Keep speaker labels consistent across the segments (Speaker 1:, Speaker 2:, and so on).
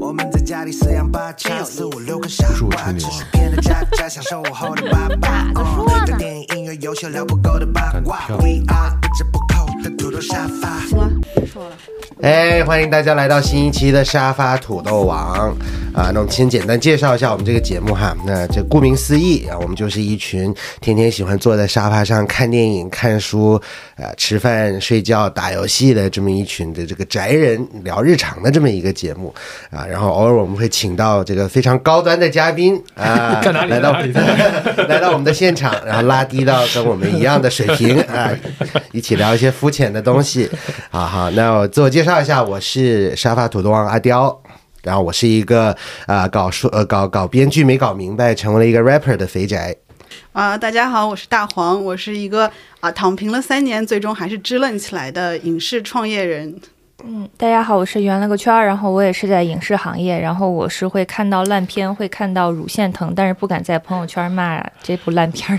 Speaker 1: 我们在家里四仰八
Speaker 2: 哎
Speaker 1: 叉，四五六个傻
Speaker 2: 我
Speaker 1: 瓜，
Speaker 2: 吹牛
Speaker 1: 只
Speaker 2: 啊
Speaker 1: 是骗着渣渣，享受午后的八
Speaker 2: 哎
Speaker 1: 卦。
Speaker 3: 咋个说
Speaker 1: 嗯对
Speaker 3: 呢
Speaker 1: 电影、音乐、游戏聊不够的八卦
Speaker 2: 干得漂
Speaker 1: ，VR 一直不够的土豆沙发。
Speaker 3: 行了，别说了。
Speaker 4: 哎，欢迎大家来到新一期的沙发土豆王啊！那我们先简单介绍一下我们这个节目哈。那这顾名思义啊，我们就是一群天天喜欢坐在沙发上看电影、看书、呃吃饭、睡觉、打游戏的这么一群的这个宅人聊日常的这么一个节目啊。然后偶尔我们会请到这个非常高端的嘉宾 啊，
Speaker 2: 在哪里
Speaker 4: 来到
Speaker 2: 在哪里
Speaker 4: 来到我们的现场，然后拉低到跟我们一样的水 平啊，一起聊一些肤浅的东西。 好好，那我自我介绍一下，我是沙发土豆王阿刁。然后我是一个啊、呃搞说呃搞搞编剧没搞明白，成为了一个 rapper 的肥宅。
Speaker 5: 啊、大家好，我是大黄，我是一个啊、躺平了三年，最终还是支棱起来的影视创业人。
Speaker 6: 嗯，大家好，我是圆了个圈儿，然后我也是在影视行业，然后我是会看到烂片，会看到乳腺疼，但是不敢在朋友圈骂这部烂片儿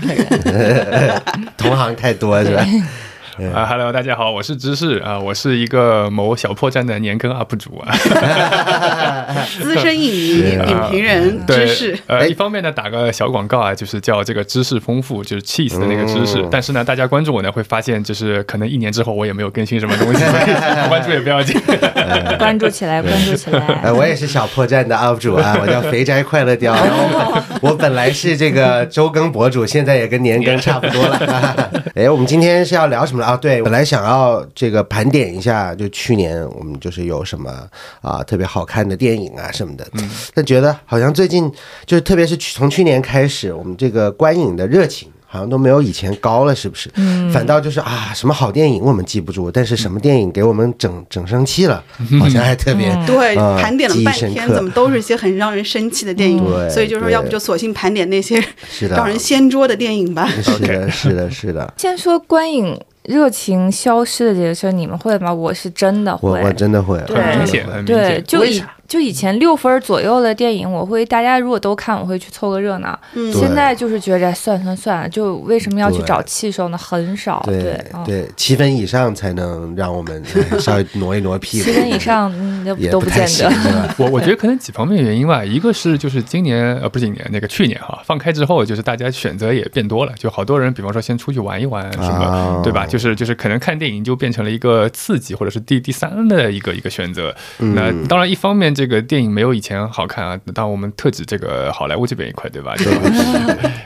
Speaker 6: 的人。
Speaker 4: 同行太多是吧？
Speaker 2: 啊，Hello，大家好，我是芝士啊，我是一个某小破站的年更 UP 主啊。
Speaker 5: 资深影迷、
Speaker 4: 啊
Speaker 5: 影评
Speaker 6: 嗯
Speaker 5: 人、知
Speaker 2: 对，
Speaker 5: 识。
Speaker 4: 哎
Speaker 2: 呃，一方面呢，打个小广告啊，就是叫这个知识丰富，就是 cheese 的那个知识。但是呢，大家关注我呢，会发现就是可能一年之后我也没有更新什么东西，所以不关注也不要紧。
Speaker 6: 关注起来，关注起
Speaker 4: 呃，
Speaker 6: 来。
Speaker 4: 我也是小破站的 UP 主啊，我叫肥宅快乐雕。然后我本来是这个周更博主，现在也跟年更差不多了。 哎，我们今天是要聊什么了啊？对，本来想要这个盘点一下，就去年我们就是有什么啊特别好看的电影啊什么的，但觉得好像最近就是特别是去从去年开始，我们这个观影的热情。好像都没有以前高了，是不是？反倒就是啊，什么好电影我们记不住，但是什么电影给我们整整生气了，好像还特别
Speaker 5: 对，
Speaker 4: 啊
Speaker 5: 盘点了半
Speaker 4: 记忆深
Speaker 5: 天，
Speaker 4: 刻
Speaker 5: 怎么都是一些很让人生气的电影？
Speaker 4: 对
Speaker 5: 所以就是说，
Speaker 4: 对
Speaker 5: 要不就索性盘点那些
Speaker 4: 是的，
Speaker 5: 让人掀桌的电影吧。
Speaker 4: 是的，是的，是的，
Speaker 6: 先说观影热情消失的这个事儿，你们会吗？我是真的
Speaker 4: 我
Speaker 6: 会。
Speaker 4: 我真的会，
Speaker 6: 对
Speaker 2: 很明显，很明
Speaker 6: 对
Speaker 2: 显，。
Speaker 6: 就
Speaker 2: 为
Speaker 6: 以
Speaker 2: 啥
Speaker 6: 就以前六分左右的电影，我会大家如果都看，我会去凑个热闹。
Speaker 5: 嗯
Speaker 4: 对
Speaker 6: 现在就是觉着哎算算算了，就为什么要去
Speaker 4: 对
Speaker 6: 找气受呢？很少。
Speaker 4: 对
Speaker 6: 嗯
Speaker 4: 对，七分以上才能让我们 哎稍微挪一挪屁股，
Speaker 6: 七分以上嗯都
Speaker 4: 也
Speaker 6: 都
Speaker 4: 不
Speaker 6: 见
Speaker 4: 太行，
Speaker 6: 得。
Speaker 4: 是 吧？
Speaker 2: 我我觉得可能几方面原因吧，一个是就是今年呃不是今年那个去年哈放开之后，就是大家选择也变多了，就好多人比方说先出去玩一玩什么，
Speaker 4: 啊
Speaker 2: 对吧？就是就是可能看电影就变成了一个刺激或者是第第三的一个一个选择。
Speaker 4: 嗯
Speaker 2: 那当然一方面这个电影没有以前好看啊，当然我们特指这个好莱坞这边一块对吧？就是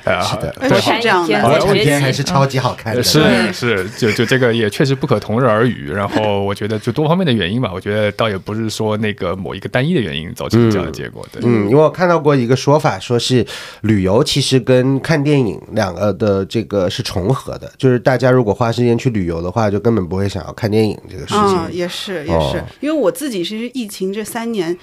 Speaker 2: 啊，
Speaker 4: 是的
Speaker 2: 对。
Speaker 5: 哎是这样的
Speaker 4: 好
Speaker 5: 我
Speaker 4: 莱
Speaker 6: 好
Speaker 4: 坞片还是
Speaker 6: 嗯
Speaker 4: 超级好看的，
Speaker 2: 是是，就就这个也确实不可同日而语。然后我觉得就多方面的原因吧，我觉得倒也不是说那个某一个单一的原因造成这样的结果。对，
Speaker 4: 嗯，因为我看到过一个说法，说是旅游其实跟看电影两个的这个是重合的，就是大家如果花时间去旅游的话，就根本不会想要看电影这个事
Speaker 5: 嗯，
Speaker 4: 情。
Speaker 5: 也是也
Speaker 4: 哦
Speaker 5: 是，因为我自己是疫情这三年。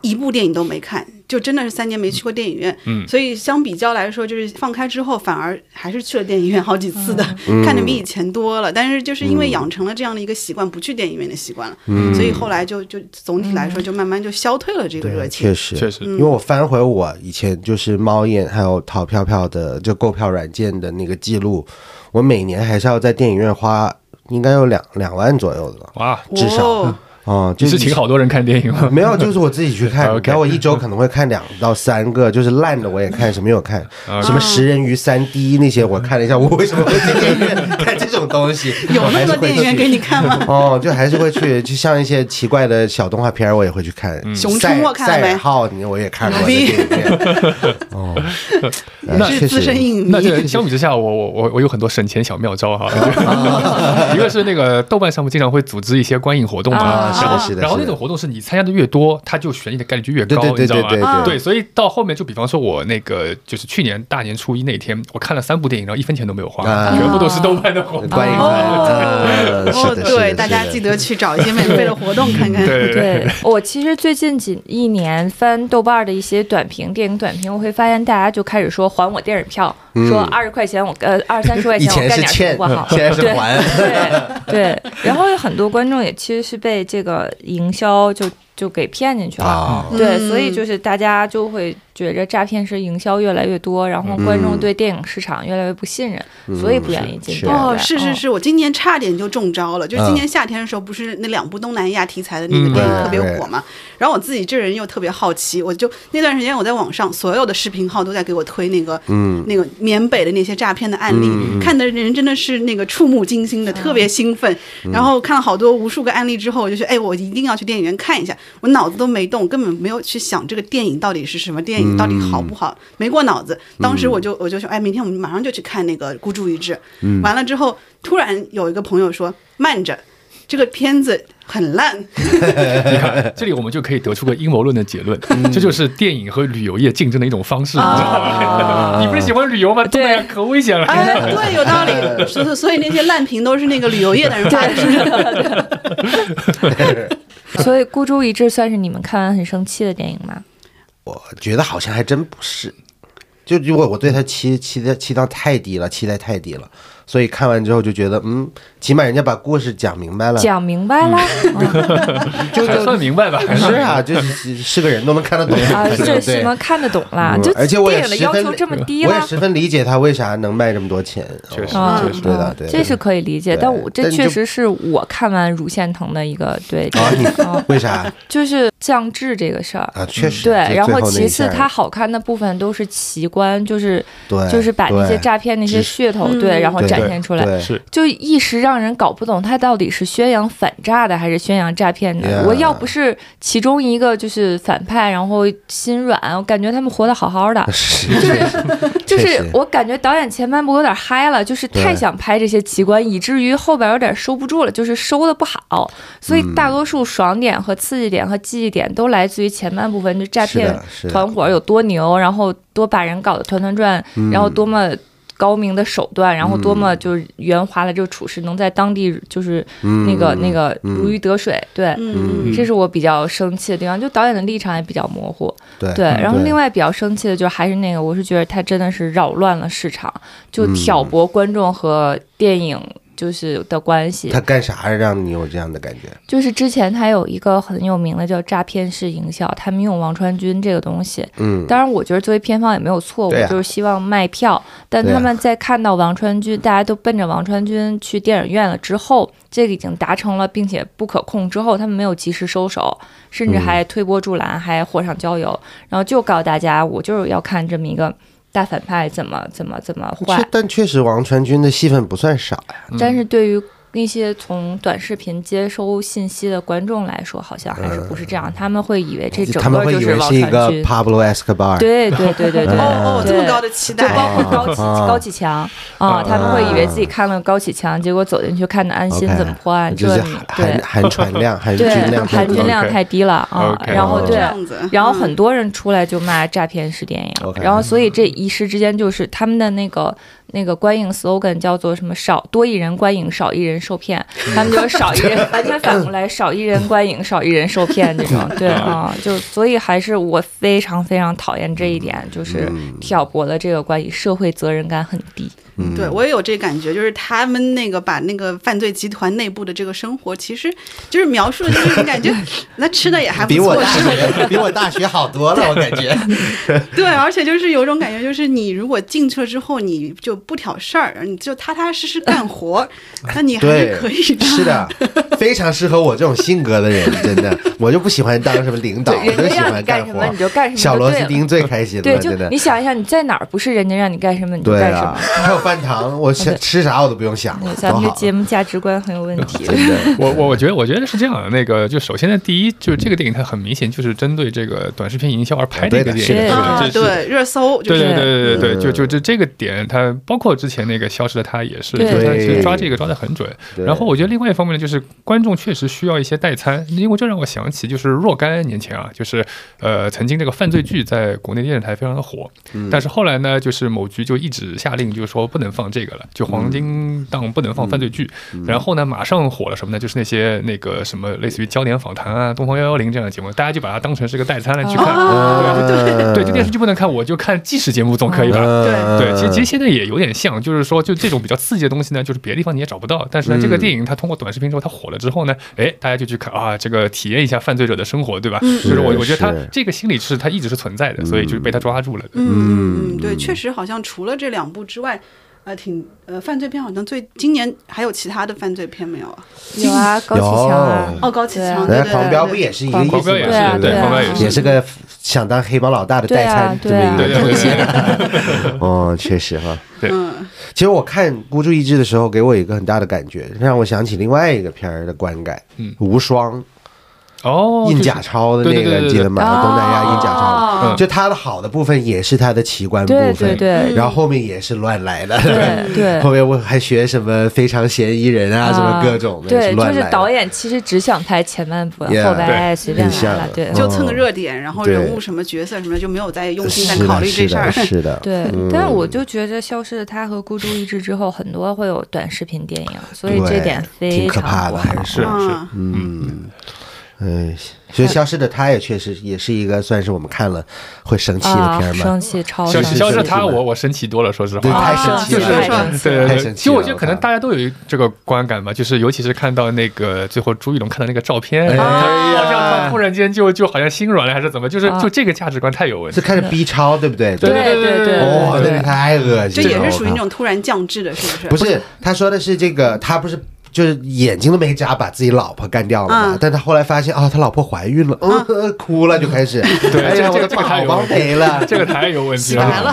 Speaker 5: 一部电影都没看，就真的是三年没去过电影院，
Speaker 2: 嗯
Speaker 5: 所以相比较来说，就是放开之后，反而还是去了电影院好几次的，
Speaker 4: 嗯
Speaker 5: 看的比以前多了。但是就是因为养成了这样的一个习惯，不去电影院的习惯了，
Speaker 4: 嗯
Speaker 5: 所以后来就就总体来说就慢慢就消退了这个热
Speaker 4: 对，
Speaker 5: 情嗯
Speaker 4: 嗯确。实，
Speaker 2: 确实。
Speaker 4: 因为我翻回我以前就是猫眼还有淘票票的就购票软件的那个记录，我每年还是要在电影院花应该有两两万左右的吧，
Speaker 2: 哇，
Speaker 4: 至少
Speaker 5: 哦
Speaker 4: 哦、就
Speaker 2: 你是请好多人看电影吗？
Speaker 4: 没有，就是我自己 去看，
Speaker 2: OK
Speaker 4: 然后我一周可能会看两到三个，就是烂的我也看，什么也 有看，
Speaker 2: 啊
Speaker 4: 什么食人鱼三 D 那些我看了一下，我为什么会去电影院看这种东西？
Speaker 5: 有
Speaker 4: 我
Speaker 5: 那
Speaker 4: 还
Speaker 5: 么多
Speaker 4: 是会
Speaker 5: 电影院
Speaker 4: 去
Speaker 5: 给你看吗？
Speaker 4: 哦，就还是会去，就像一些奇怪的小动画片儿，我也会去看。
Speaker 5: 熊出
Speaker 4: 赛
Speaker 5: 没看了
Speaker 4: 赛
Speaker 5: 没
Speaker 4: 尔号，你我也看过
Speaker 5: 牛
Speaker 4: 在电
Speaker 5: 逼
Speaker 4: 影院。哦，呃
Speaker 5: 是资深影迷
Speaker 2: 那。这相比之下，我我我我有很多省钱小妙招哈。
Speaker 4: 啊
Speaker 2: 一个是那个豆瓣上面经常会组织一些观影活动嘛
Speaker 6: 啊，
Speaker 2: 然后
Speaker 4: 是的是的
Speaker 2: 然后那种活动是你参加的越多，它就悬疑的概率就越高，
Speaker 4: 对对对
Speaker 2: 你知道
Speaker 4: 对对
Speaker 2: 吗？
Speaker 4: 对
Speaker 2: 对，所以到后面就比方说我那个就是去年大年初一那天，我看了三部电影，然后一分钱都没有花，
Speaker 4: 啊
Speaker 2: 全部都是豆瓣的活动。
Speaker 4: 观影
Speaker 6: 哦
Speaker 4: 呃是
Speaker 5: 哦，
Speaker 4: 的，是的
Speaker 5: 对，大家记。得去找一些免费的活动看看。
Speaker 2: 对
Speaker 6: 对我其实最近几一年翻豆瓣儿的一些短评，电影短评，我会发现大家就开始说还我电影票，说二十块钱我呃二三十 块
Speaker 4: 嗯是的以
Speaker 6: 钱我
Speaker 4: 前
Speaker 6: 干
Speaker 4: 是欠
Speaker 6: 点什么不好，，
Speaker 4: 现在是
Speaker 6: 对
Speaker 4: 还。
Speaker 6: 对对，然后有很多观众也其实是被这个营销就就给骗进去了。
Speaker 4: 啊，
Speaker 6: 对，
Speaker 5: 嗯
Speaker 6: 所以就是大家就会觉着诈骗式营销越来越多，然后
Speaker 4: 嗯
Speaker 6: 观众对电影市场越来越不信任，所以不愿意进
Speaker 4: 是
Speaker 6: 电影
Speaker 5: 哦，
Speaker 6: 院
Speaker 5: 是是是，我今年差点就中招了。就今年夏天的时候，不是那两部东南亚题材的那个
Speaker 2: 嗯
Speaker 5: 电影
Speaker 4: 对
Speaker 5: 特别
Speaker 4: 对
Speaker 5: 火嘛？然后我自己这人又特别好奇，我就那段时间我在网上所有的视频号都在给我推那个
Speaker 4: 嗯
Speaker 5: 那个缅北的那些诈骗的案例，看的人真的是那个触目惊心的，特别兴奋。
Speaker 4: 嗯
Speaker 5: 然后看了好多无数个案例之后，我就说，哎，我一定要去电影院看一下。我脑子都没动，根本没有去想这个电影到底是什么电影，到底
Speaker 4: 嗯
Speaker 5: 好不好，没过脑子。当时我就我就说，哎，明天我们马上就去看那个《孤注一掷》。
Speaker 4: 嗯
Speaker 5: 完了之后，突然有一个朋友说，慢着。这个片子很烂，
Speaker 2: 你看，这里我们就可以得出个阴谋论的结 论，
Speaker 4: 嗯
Speaker 2: 这就是电影和旅游业竞争的一种方
Speaker 4: 啊
Speaker 2: 式，你知道吗？ 你不是喜欢旅游吗？东南亚可危险了。
Speaker 5: 哎，对，有道理。所以所以那些烂评都是那个旅游业的人发的，
Speaker 6: 所以《孤注一掷》算是你们看完很生气的电影吗？
Speaker 4: 我觉得好像还真不是。就如果我对他期期待期待太低了，期待太低了，所以看完之后就觉得，嗯，起码人家把故事讲明白了，
Speaker 6: 讲明白了、嗯
Speaker 4: 就
Speaker 2: 还
Speaker 4: 就
Speaker 2: 算明白吧，还
Speaker 4: 是啊，就是 是个人都能看得懂
Speaker 6: 啊，这
Speaker 4: 对
Speaker 6: 什
Speaker 4: 对。
Speaker 6: 么看得懂啦？
Speaker 4: 嗯
Speaker 6: 就
Speaker 4: 而且我也
Speaker 6: 电影的
Speaker 4: 十
Speaker 6: 要
Speaker 4: 分嗯
Speaker 6: 求这么低
Speaker 4: 我也
Speaker 6: 啦。
Speaker 4: 十分理解他为啥能卖这么多钱，
Speaker 2: 确实
Speaker 6: 啊，
Speaker 4: 哦
Speaker 2: 确实
Speaker 4: 对的，对的，
Speaker 6: 这是可以理解，
Speaker 4: 对
Speaker 6: 但我这
Speaker 4: 但你就
Speaker 6: 确实是我看完乳腺疼的一个对，
Speaker 4: 啊，你
Speaker 6: 嗯
Speaker 4: 为啥
Speaker 6: 就是降智这个事儿。
Speaker 4: 啊？确实，
Speaker 6: 对
Speaker 4: 就，
Speaker 6: 然
Speaker 4: 最
Speaker 6: 后
Speaker 4: 后那
Speaker 6: 其
Speaker 4: 一
Speaker 6: 次
Speaker 4: 下，
Speaker 6: 它好看的部分都是奇观，就是
Speaker 4: 对
Speaker 6: 就是把那些
Speaker 4: 对
Speaker 6: 诈骗那些
Speaker 4: 知
Speaker 6: 噱头
Speaker 5: 嗯
Speaker 6: 对，然后
Speaker 4: 对
Speaker 6: 展现出来，
Speaker 4: 对
Speaker 2: 是
Speaker 6: 就一时让人搞不懂它到底是宣扬反诈的还是宣扬诈骗的。
Speaker 4: Yeah。
Speaker 6: 我要不是其中一个就是反派，然后心软，我感觉他们活得好好的
Speaker 4: 是，
Speaker 6: 就
Speaker 4: 确
Speaker 6: 是
Speaker 4: 实
Speaker 6: 我感觉导演前半部有点嗨了，就是太
Speaker 4: 对
Speaker 6: 想拍这些奇观，以至于后边有点收不住了，就是收的不好。所以大多数爽点和刺激点和记忆点都来自于前半部分，就诈
Speaker 4: 是
Speaker 6: 骗
Speaker 4: 的，是的
Speaker 6: 团伙有多牛，然后多把人搞得团团转，
Speaker 4: 嗯
Speaker 6: 然后多么高明的手段，然后多么就是圆滑的这个处事，能在当地就是
Speaker 4: 嗯
Speaker 6: 那个、那个如鱼得水。对，
Speaker 5: 嗯，
Speaker 6: 这是我比较生气的地方，就导演的立场也比较模糊。
Speaker 4: 对
Speaker 6: 对，然后
Speaker 4: 哎嗯对
Speaker 6: 另外比较生气的就是还是那个，我是觉得他真的是扰乱了市场，就
Speaker 4: 嗯
Speaker 6: 挑拨观众和电影。就是的关系
Speaker 4: 他，干啥让你有这样的感觉？
Speaker 6: 就是之前他有一个很有名的叫诈骗式营销，他们用王传君这个东西，
Speaker 4: 嗯，
Speaker 6: 当然，我觉得作为片方也没有错误，
Speaker 4: 对啊
Speaker 6: 就是希望卖票。但
Speaker 4: 对啊
Speaker 6: 他们在看到王传君，大家都奔着王传君去电影院了之后，这个已经达成了并且不可控之后，他们没有及时收手，甚
Speaker 4: 嗯
Speaker 6: 至还推波助澜，还火上浇油，然后就告诉大家，我就是要看这么一个大反派怎么怎么怎么坏
Speaker 4: 确。但确实王传君的戏份不算少呀，
Speaker 2: 嗯
Speaker 6: 但是对于那些从短视频接收信息的观众来说，好像还是不是这样，他们会以为这整
Speaker 4: 呃他们
Speaker 6: 个
Speaker 4: 会
Speaker 6: 就
Speaker 4: 以为
Speaker 6: 王
Speaker 4: 是一
Speaker 6: 传
Speaker 4: 个嗯
Speaker 6: 君。
Speaker 4: Pablo Escobar，
Speaker 6: 对对对 对对，
Speaker 5: 哦哦，这么
Speaker 6: 嗯对
Speaker 5: 高的期
Speaker 6: 就
Speaker 5: 待，
Speaker 6: 包括高启、
Speaker 4: 啊
Speaker 6: 高启强啊，他们会以为自己看了高启强，结果走进去看的安心
Speaker 4: OK，
Speaker 6: 怎么破案，
Speaker 4: 就
Speaker 6: 这
Speaker 4: 是
Speaker 6: 你
Speaker 4: 含
Speaker 6: 对
Speaker 4: 含传量、含菌
Speaker 6: 对
Speaker 4: 量太
Speaker 6: 含
Speaker 4: 高
Speaker 6: 金量太低了啊，
Speaker 2: OK，
Speaker 6: 然
Speaker 4: 哦
Speaker 6: 后
Speaker 5: 这
Speaker 6: 对。
Speaker 5: 样子，
Speaker 6: 然后
Speaker 5: 嗯
Speaker 6: 很多人出来就骂诈骗式电影，
Speaker 4: OK
Speaker 6: 然后所以这一时之间就是他们的那个那个观影 slogan 叫做什么少多一人观影少一人受骗，
Speaker 4: 嗯
Speaker 6: 他们就是少一 人完全反过来少一人观影少一人受骗这种，
Speaker 4: 嗯
Speaker 6: 对啊、就所以还是我非常非常讨厌这一点，就是
Speaker 4: 嗯
Speaker 6: 挑拨了这个关系，社会责任感很低。
Speaker 5: 对我也有这感觉，就是他们那个把那个犯罪集团内部的这个生活，其实就是描述的就是你感 觉那吃的也还不
Speaker 4: 比我
Speaker 5: 错
Speaker 4: 大，
Speaker 5: 是吧
Speaker 4: 学比我大学好多了，我感觉。
Speaker 5: 对，而且就是有一种感觉，就是你如果进去了之后，你就不挑事儿，你就踏踏实实干活儿，那你还
Speaker 4: 对
Speaker 5: 是可以的。
Speaker 4: 是 的，非常适合我这种性格的人，真的，我就不喜欢当什么领导，我
Speaker 6: 人
Speaker 4: 就
Speaker 6: 家
Speaker 4: 喜
Speaker 6: 让你
Speaker 4: 欢
Speaker 6: 干什
Speaker 4: 活
Speaker 6: 么。你就干什
Speaker 4: 小
Speaker 6: 么
Speaker 4: 螺
Speaker 6: 就对
Speaker 4: 丝
Speaker 6: 了。
Speaker 4: 钉最开心
Speaker 6: 对，
Speaker 4: 了，
Speaker 6: 就
Speaker 4: 真的
Speaker 6: 你。想一下，你在哪儿不是人家让你干什么你就
Speaker 4: 对
Speaker 6: 干什么
Speaker 4: 啊，？ 还有饭堂，我 想吃啥我都不用想 了，
Speaker 6: 嗯咱
Speaker 4: 多
Speaker 6: 们这
Speaker 4: 好。
Speaker 6: 节目价值观很有问 题。
Speaker 2: 我我我觉得我觉得是这样的，那个就首先呢，第一就是这个电影它很明显就是针对这个短视频营销而拍的一个电影，
Speaker 4: 对的是的
Speaker 2: 对
Speaker 6: 是的
Speaker 2: 吧
Speaker 5: 啊，
Speaker 2: 这是
Speaker 5: 对，热搜就
Speaker 2: 对
Speaker 5: 是
Speaker 2: 对对对对
Speaker 4: 嗯
Speaker 2: 对，就就就这个点，它包括之前那个消失的他也是，就
Speaker 6: 对
Speaker 2: 是它其
Speaker 4: 对
Speaker 2: 实抓这个抓得很准。
Speaker 4: 对
Speaker 2: 然后我觉得另外一方面呢，就是观众确实需要一些代餐，因为这让我想起就是若干年前啊，就是呃曾经
Speaker 4: 嗯
Speaker 2: 这个犯罪剧在国内电视台非常的火，但是后来呢，就是某局就一直下令，就是说不不能放这个了，就
Speaker 4: 嗯
Speaker 2: 黄金档不能放犯罪剧。然后呢，马上火了什么呢？就是那些那个什么类似于焦点访谈啊、东方幺幺零这样的节目，大家就把它当成是个代餐来去看。
Speaker 5: 哦
Speaker 4: 嗯
Speaker 2: 对，这电视剧不能看，我就看纪实节目总可以吧？
Speaker 4: 嗯
Speaker 2: 对，其实其实现在也有点像，就是说，就这种比较刺激的东西呢，就是别的地方你也找不到。但是呢，这
Speaker 4: 嗯
Speaker 2: 个电影它通过短视频之后，它火了之后呢，哎，大家就去看啊，这个体验一下犯罪者的生活，对吧？就是我我觉得他
Speaker 4: 是
Speaker 2: 这个心理是它一直是存在的，所以就是被他抓住了。
Speaker 5: 嗯，对，确实好像除了这两部之外，呃，挺呃，犯罪片好像最今年还有其他的犯罪片没有啊？
Speaker 6: 有啊，高启强啊，
Speaker 5: 哦，高启强，
Speaker 6: 对
Speaker 5: 对
Speaker 4: 哎
Speaker 5: 对，
Speaker 4: 狂飙不
Speaker 5: 对
Speaker 4: 也是一个意思
Speaker 2: 狂飙也是
Speaker 6: 对啊
Speaker 4: 嘛
Speaker 6: 对
Speaker 4: 不
Speaker 6: 啊
Speaker 2: 狂飙也
Speaker 4: 也是个想当黑帮老大的代餐，
Speaker 6: 对啊
Speaker 4: 这么一个
Speaker 2: 对对对
Speaker 4: 哦，确实哈。
Speaker 2: 对
Speaker 4: 嗯，其实我看《孤注一掷》的时候，给我有一个很大的感觉，让我想起另外一个片儿的观感，
Speaker 2: 嗯
Speaker 4: 无双
Speaker 2: 哦，
Speaker 4: 印假钞的那
Speaker 2: 对对对
Speaker 4: 个，
Speaker 2: 对
Speaker 4: 记得吗？
Speaker 6: 哦
Speaker 4: 东南亚印假钞，
Speaker 2: 嗯
Speaker 4: 就它的好的部分也是它的奇观部
Speaker 6: 对
Speaker 4: 分，
Speaker 6: 对对
Speaker 4: 然后后面也是乱来的，
Speaker 6: 对对
Speaker 4: 后面我还学什么非常嫌疑人啊，什么各种的，
Speaker 6: 对，就
Speaker 4: 乱来
Speaker 6: 是
Speaker 4: 的
Speaker 6: 导演其实只想拍前半部分
Speaker 4: Yeah，
Speaker 6: 后半哎随便
Speaker 4: 很像
Speaker 6: 来了，对
Speaker 5: 就蹭个热点，然后
Speaker 4: 对
Speaker 5: 人物什么角色什么的就没有再用心在
Speaker 4: 是的
Speaker 5: 考虑这
Speaker 4: 是
Speaker 5: 事
Speaker 4: 的
Speaker 5: 儿。
Speaker 4: 是的，
Speaker 6: 对。但是我就觉得《消失的她》和《孤注一掷》之后，很多会有短视频电影，所以这
Speaker 4: 对
Speaker 6: 点非
Speaker 4: 挺可
Speaker 6: 常
Speaker 4: 怕
Speaker 6: 不
Speaker 4: 的，
Speaker 6: 好
Speaker 4: 还是
Speaker 5: 嗯，
Speaker 4: 嗯，所以《消失的她》也确实也是一个算是我们看了会生气的
Speaker 6: 啊，
Speaker 4: 片儿嘛。
Speaker 6: 生气超
Speaker 2: 消
Speaker 6: 生
Speaker 4: 是
Speaker 2: 失
Speaker 6: 气，
Speaker 2: 消失
Speaker 4: 是
Speaker 2: 他，
Speaker 4: 是
Speaker 2: 我我生气多了，说实
Speaker 4: 对，
Speaker 2: 话。
Speaker 4: 太
Speaker 6: 啊
Speaker 4: 生气
Speaker 2: 就是
Speaker 4: 了，
Speaker 6: 太生气
Speaker 2: 对
Speaker 6: 了
Speaker 4: 太
Speaker 2: 对
Speaker 4: 生
Speaker 2: 对，
Speaker 4: 气
Speaker 2: 其实我觉得
Speaker 4: 了
Speaker 2: 可能大家都有这个观感吧，就是尤其是看到那个最后朱一龙看到那个照片，然后他好像他突然间就就好像心软了还是怎么，就是
Speaker 6: 啊
Speaker 2: 就这个价值观太有问
Speaker 4: 是
Speaker 2: 题。
Speaker 4: 看着 B 超，对不对？
Speaker 6: 对对对对
Speaker 4: 哦，那
Speaker 6: 对
Speaker 4: 个太恶
Speaker 5: 这
Speaker 4: 心了。
Speaker 5: 也是属于那
Speaker 4: 我
Speaker 5: 种突然降智的，是不是？
Speaker 4: 靠不是，他说的是这个，他不是就是眼睛都没眨，把自己老婆干掉了嘛
Speaker 5: 嗯？
Speaker 4: 但他后来发现啊，他老婆怀孕了，嗯，哭了就 开始，哎
Speaker 2: 这
Speaker 4: 呀，
Speaker 2: 个
Speaker 4: 我的
Speaker 2: 这个
Speaker 4: 宝
Speaker 2: 太有
Speaker 4: 宝
Speaker 2: 问题
Speaker 4: 没了，
Speaker 2: 这个太有问题
Speaker 5: 洗白了，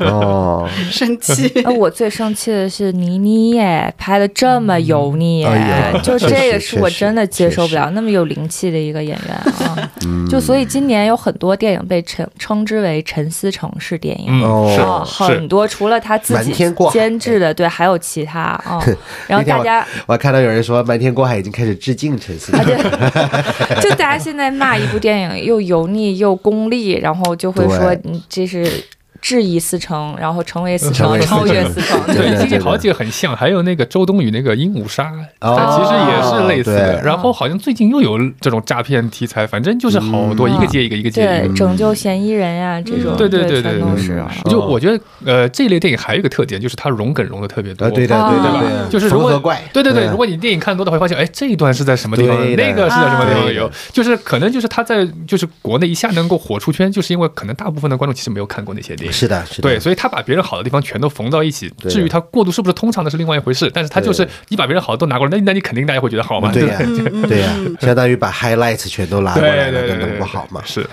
Speaker 4: 哦，
Speaker 5: 生气。
Speaker 6: 哎，我最生气的是倪妮耶拍的这
Speaker 4: 嗯
Speaker 6: 么油腻耶，
Speaker 4: 哎呀
Speaker 6: 就
Speaker 4: 确
Speaker 6: 这个
Speaker 4: 实
Speaker 6: 是我
Speaker 4: 确实
Speaker 6: 真的接受不
Speaker 4: 确
Speaker 6: 了，那么有灵气的一个演 员啊，就所以今年有很多电影被称称之为陈思诚式电影。
Speaker 2: 嗯，
Speaker 6: 啊，
Speaker 4: 哦
Speaker 2: 是是
Speaker 6: 很多除了他自
Speaker 4: 瞒
Speaker 6: 己
Speaker 4: 天过海哎
Speaker 6: 监制的，对，还有其他 啊。然
Speaker 4: 那
Speaker 6: 后
Speaker 4: 天
Speaker 6: 大
Speaker 4: 我
Speaker 6: 家
Speaker 4: 我还看到有人说瞒天过海已经开始致敬陈思诚
Speaker 6: 啊，对，就大家现在骂一部电影又油腻又功利，然后就会说
Speaker 4: 对
Speaker 6: 你这是质疑思成，然后成为思
Speaker 4: 成
Speaker 6: 成，
Speaker 4: 为思
Speaker 6: 超越
Speaker 4: 成
Speaker 6: 思成，
Speaker 4: 对
Speaker 2: 对，
Speaker 4: 对
Speaker 2: 最近
Speaker 4: 对
Speaker 2: 好几个很像，还有那个周冬雨那个《鹦鹉杀》，
Speaker 4: 哦
Speaker 2: 它其实也是类似的。
Speaker 4: 对
Speaker 2: 然后好像最近又有这种诈骗题材，反正就是好多
Speaker 6: 嗯
Speaker 2: 一个接一个，一个接一
Speaker 6: 对
Speaker 2: 个。，
Speaker 6: 拯救嫌疑人呀、这种，
Speaker 2: 嗯对对对对
Speaker 6: 对全
Speaker 2: 对
Speaker 6: 都
Speaker 2: 对嗯
Speaker 6: 是啊。
Speaker 2: 就我觉得，呃，这一类电影还有一个特点，就是它融梗融的特别多。
Speaker 4: 啊，对的，
Speaker 6: 啊
Speaker 4: 对
Speaker 2: 对
Speaker 4: 的，
Speaker 2: 吧
Speaker 4: 对 的
Speaker 2: 就是如
Speaker 4: 缝合
Speaker 2: 果
Speaker 4: 怪，
Speaker 2: 对对对，
Speaker 4: 嗯
Speaker 2: 如果你电影看多的会发现，哎，这一段是在什么地方，
Speaker 4: 对的
Speaker 2: 那个是在什么地方有
Speaker 4: 啊，
Speaker 2: 就是可能就是他在就是国内一下能够火出圈，就是因为可能大部分的观众其实没有看过那些电影。
Speaker 4: 是的，是的，
Speaker 2: 对，所以他把别人好的地方全都缝到一起，
Speaker 4: 的
Speaker 2: 至于他过度是不是通常的是另外一回事，但是他就是你把别人好的都拿过来，那那你肯定大家会觉得好嘛，
Speaker 4: 对
Speaker 2: 吧
Speaker 4: 呀、
Speaker 5: 嗯
Speaker 4: 对呀、相当于把 highlights 全都拉过
Speaker 2: 对
Speaker 4: 来
Speaker 2: 对对
Speaker 4: 了，那
Speaker 2: 对
Speaker 4: 能
Speaker 2: 对，
Speaker 4: 不好吗？
Speaker 2: 是，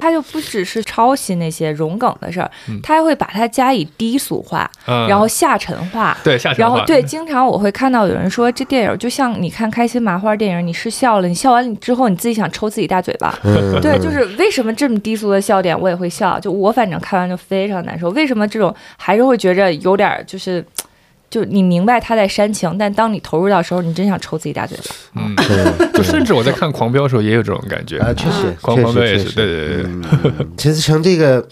Speaker 6: 他就不只是抄袭那些融梗的事儿，他还会把它加以低俗化，
Speaker 2: 嗯
Speaker 6: 然后下沉化。
Speaker 2: 对下沉
Speaker 6: 然后
Speaker 2: 化
Speaker 6: 对，经常我会看到有人说，这电影就像你看开心麻花电影，你是笑了，你笑完之后你自己想抽自己大嘴 巴。对，就是为什么这么低俗的笑点我也会笑，就我反正看完就非常难受。为什么这种还是会觉着有点儿就是。就你明白他在煽情，但当你投入到的时候，你真想抽自己大嘴巴。
Speaker 2: 嗯， 就甚至我在看《狂飙》的时候也有这种感觉，
Speaker 4: 啊，确实，
Speaker 2: 狂
Speaker 4: 确
Speaker 2: 狂飙
Speaker 4: 实，
Speaker 2: 也
Speaker 4: 确
Speaker 2: 是，
Speaker 4: 实，
Speaker 2: 对对对对。
Speaker 4: 嗯陈思诚这个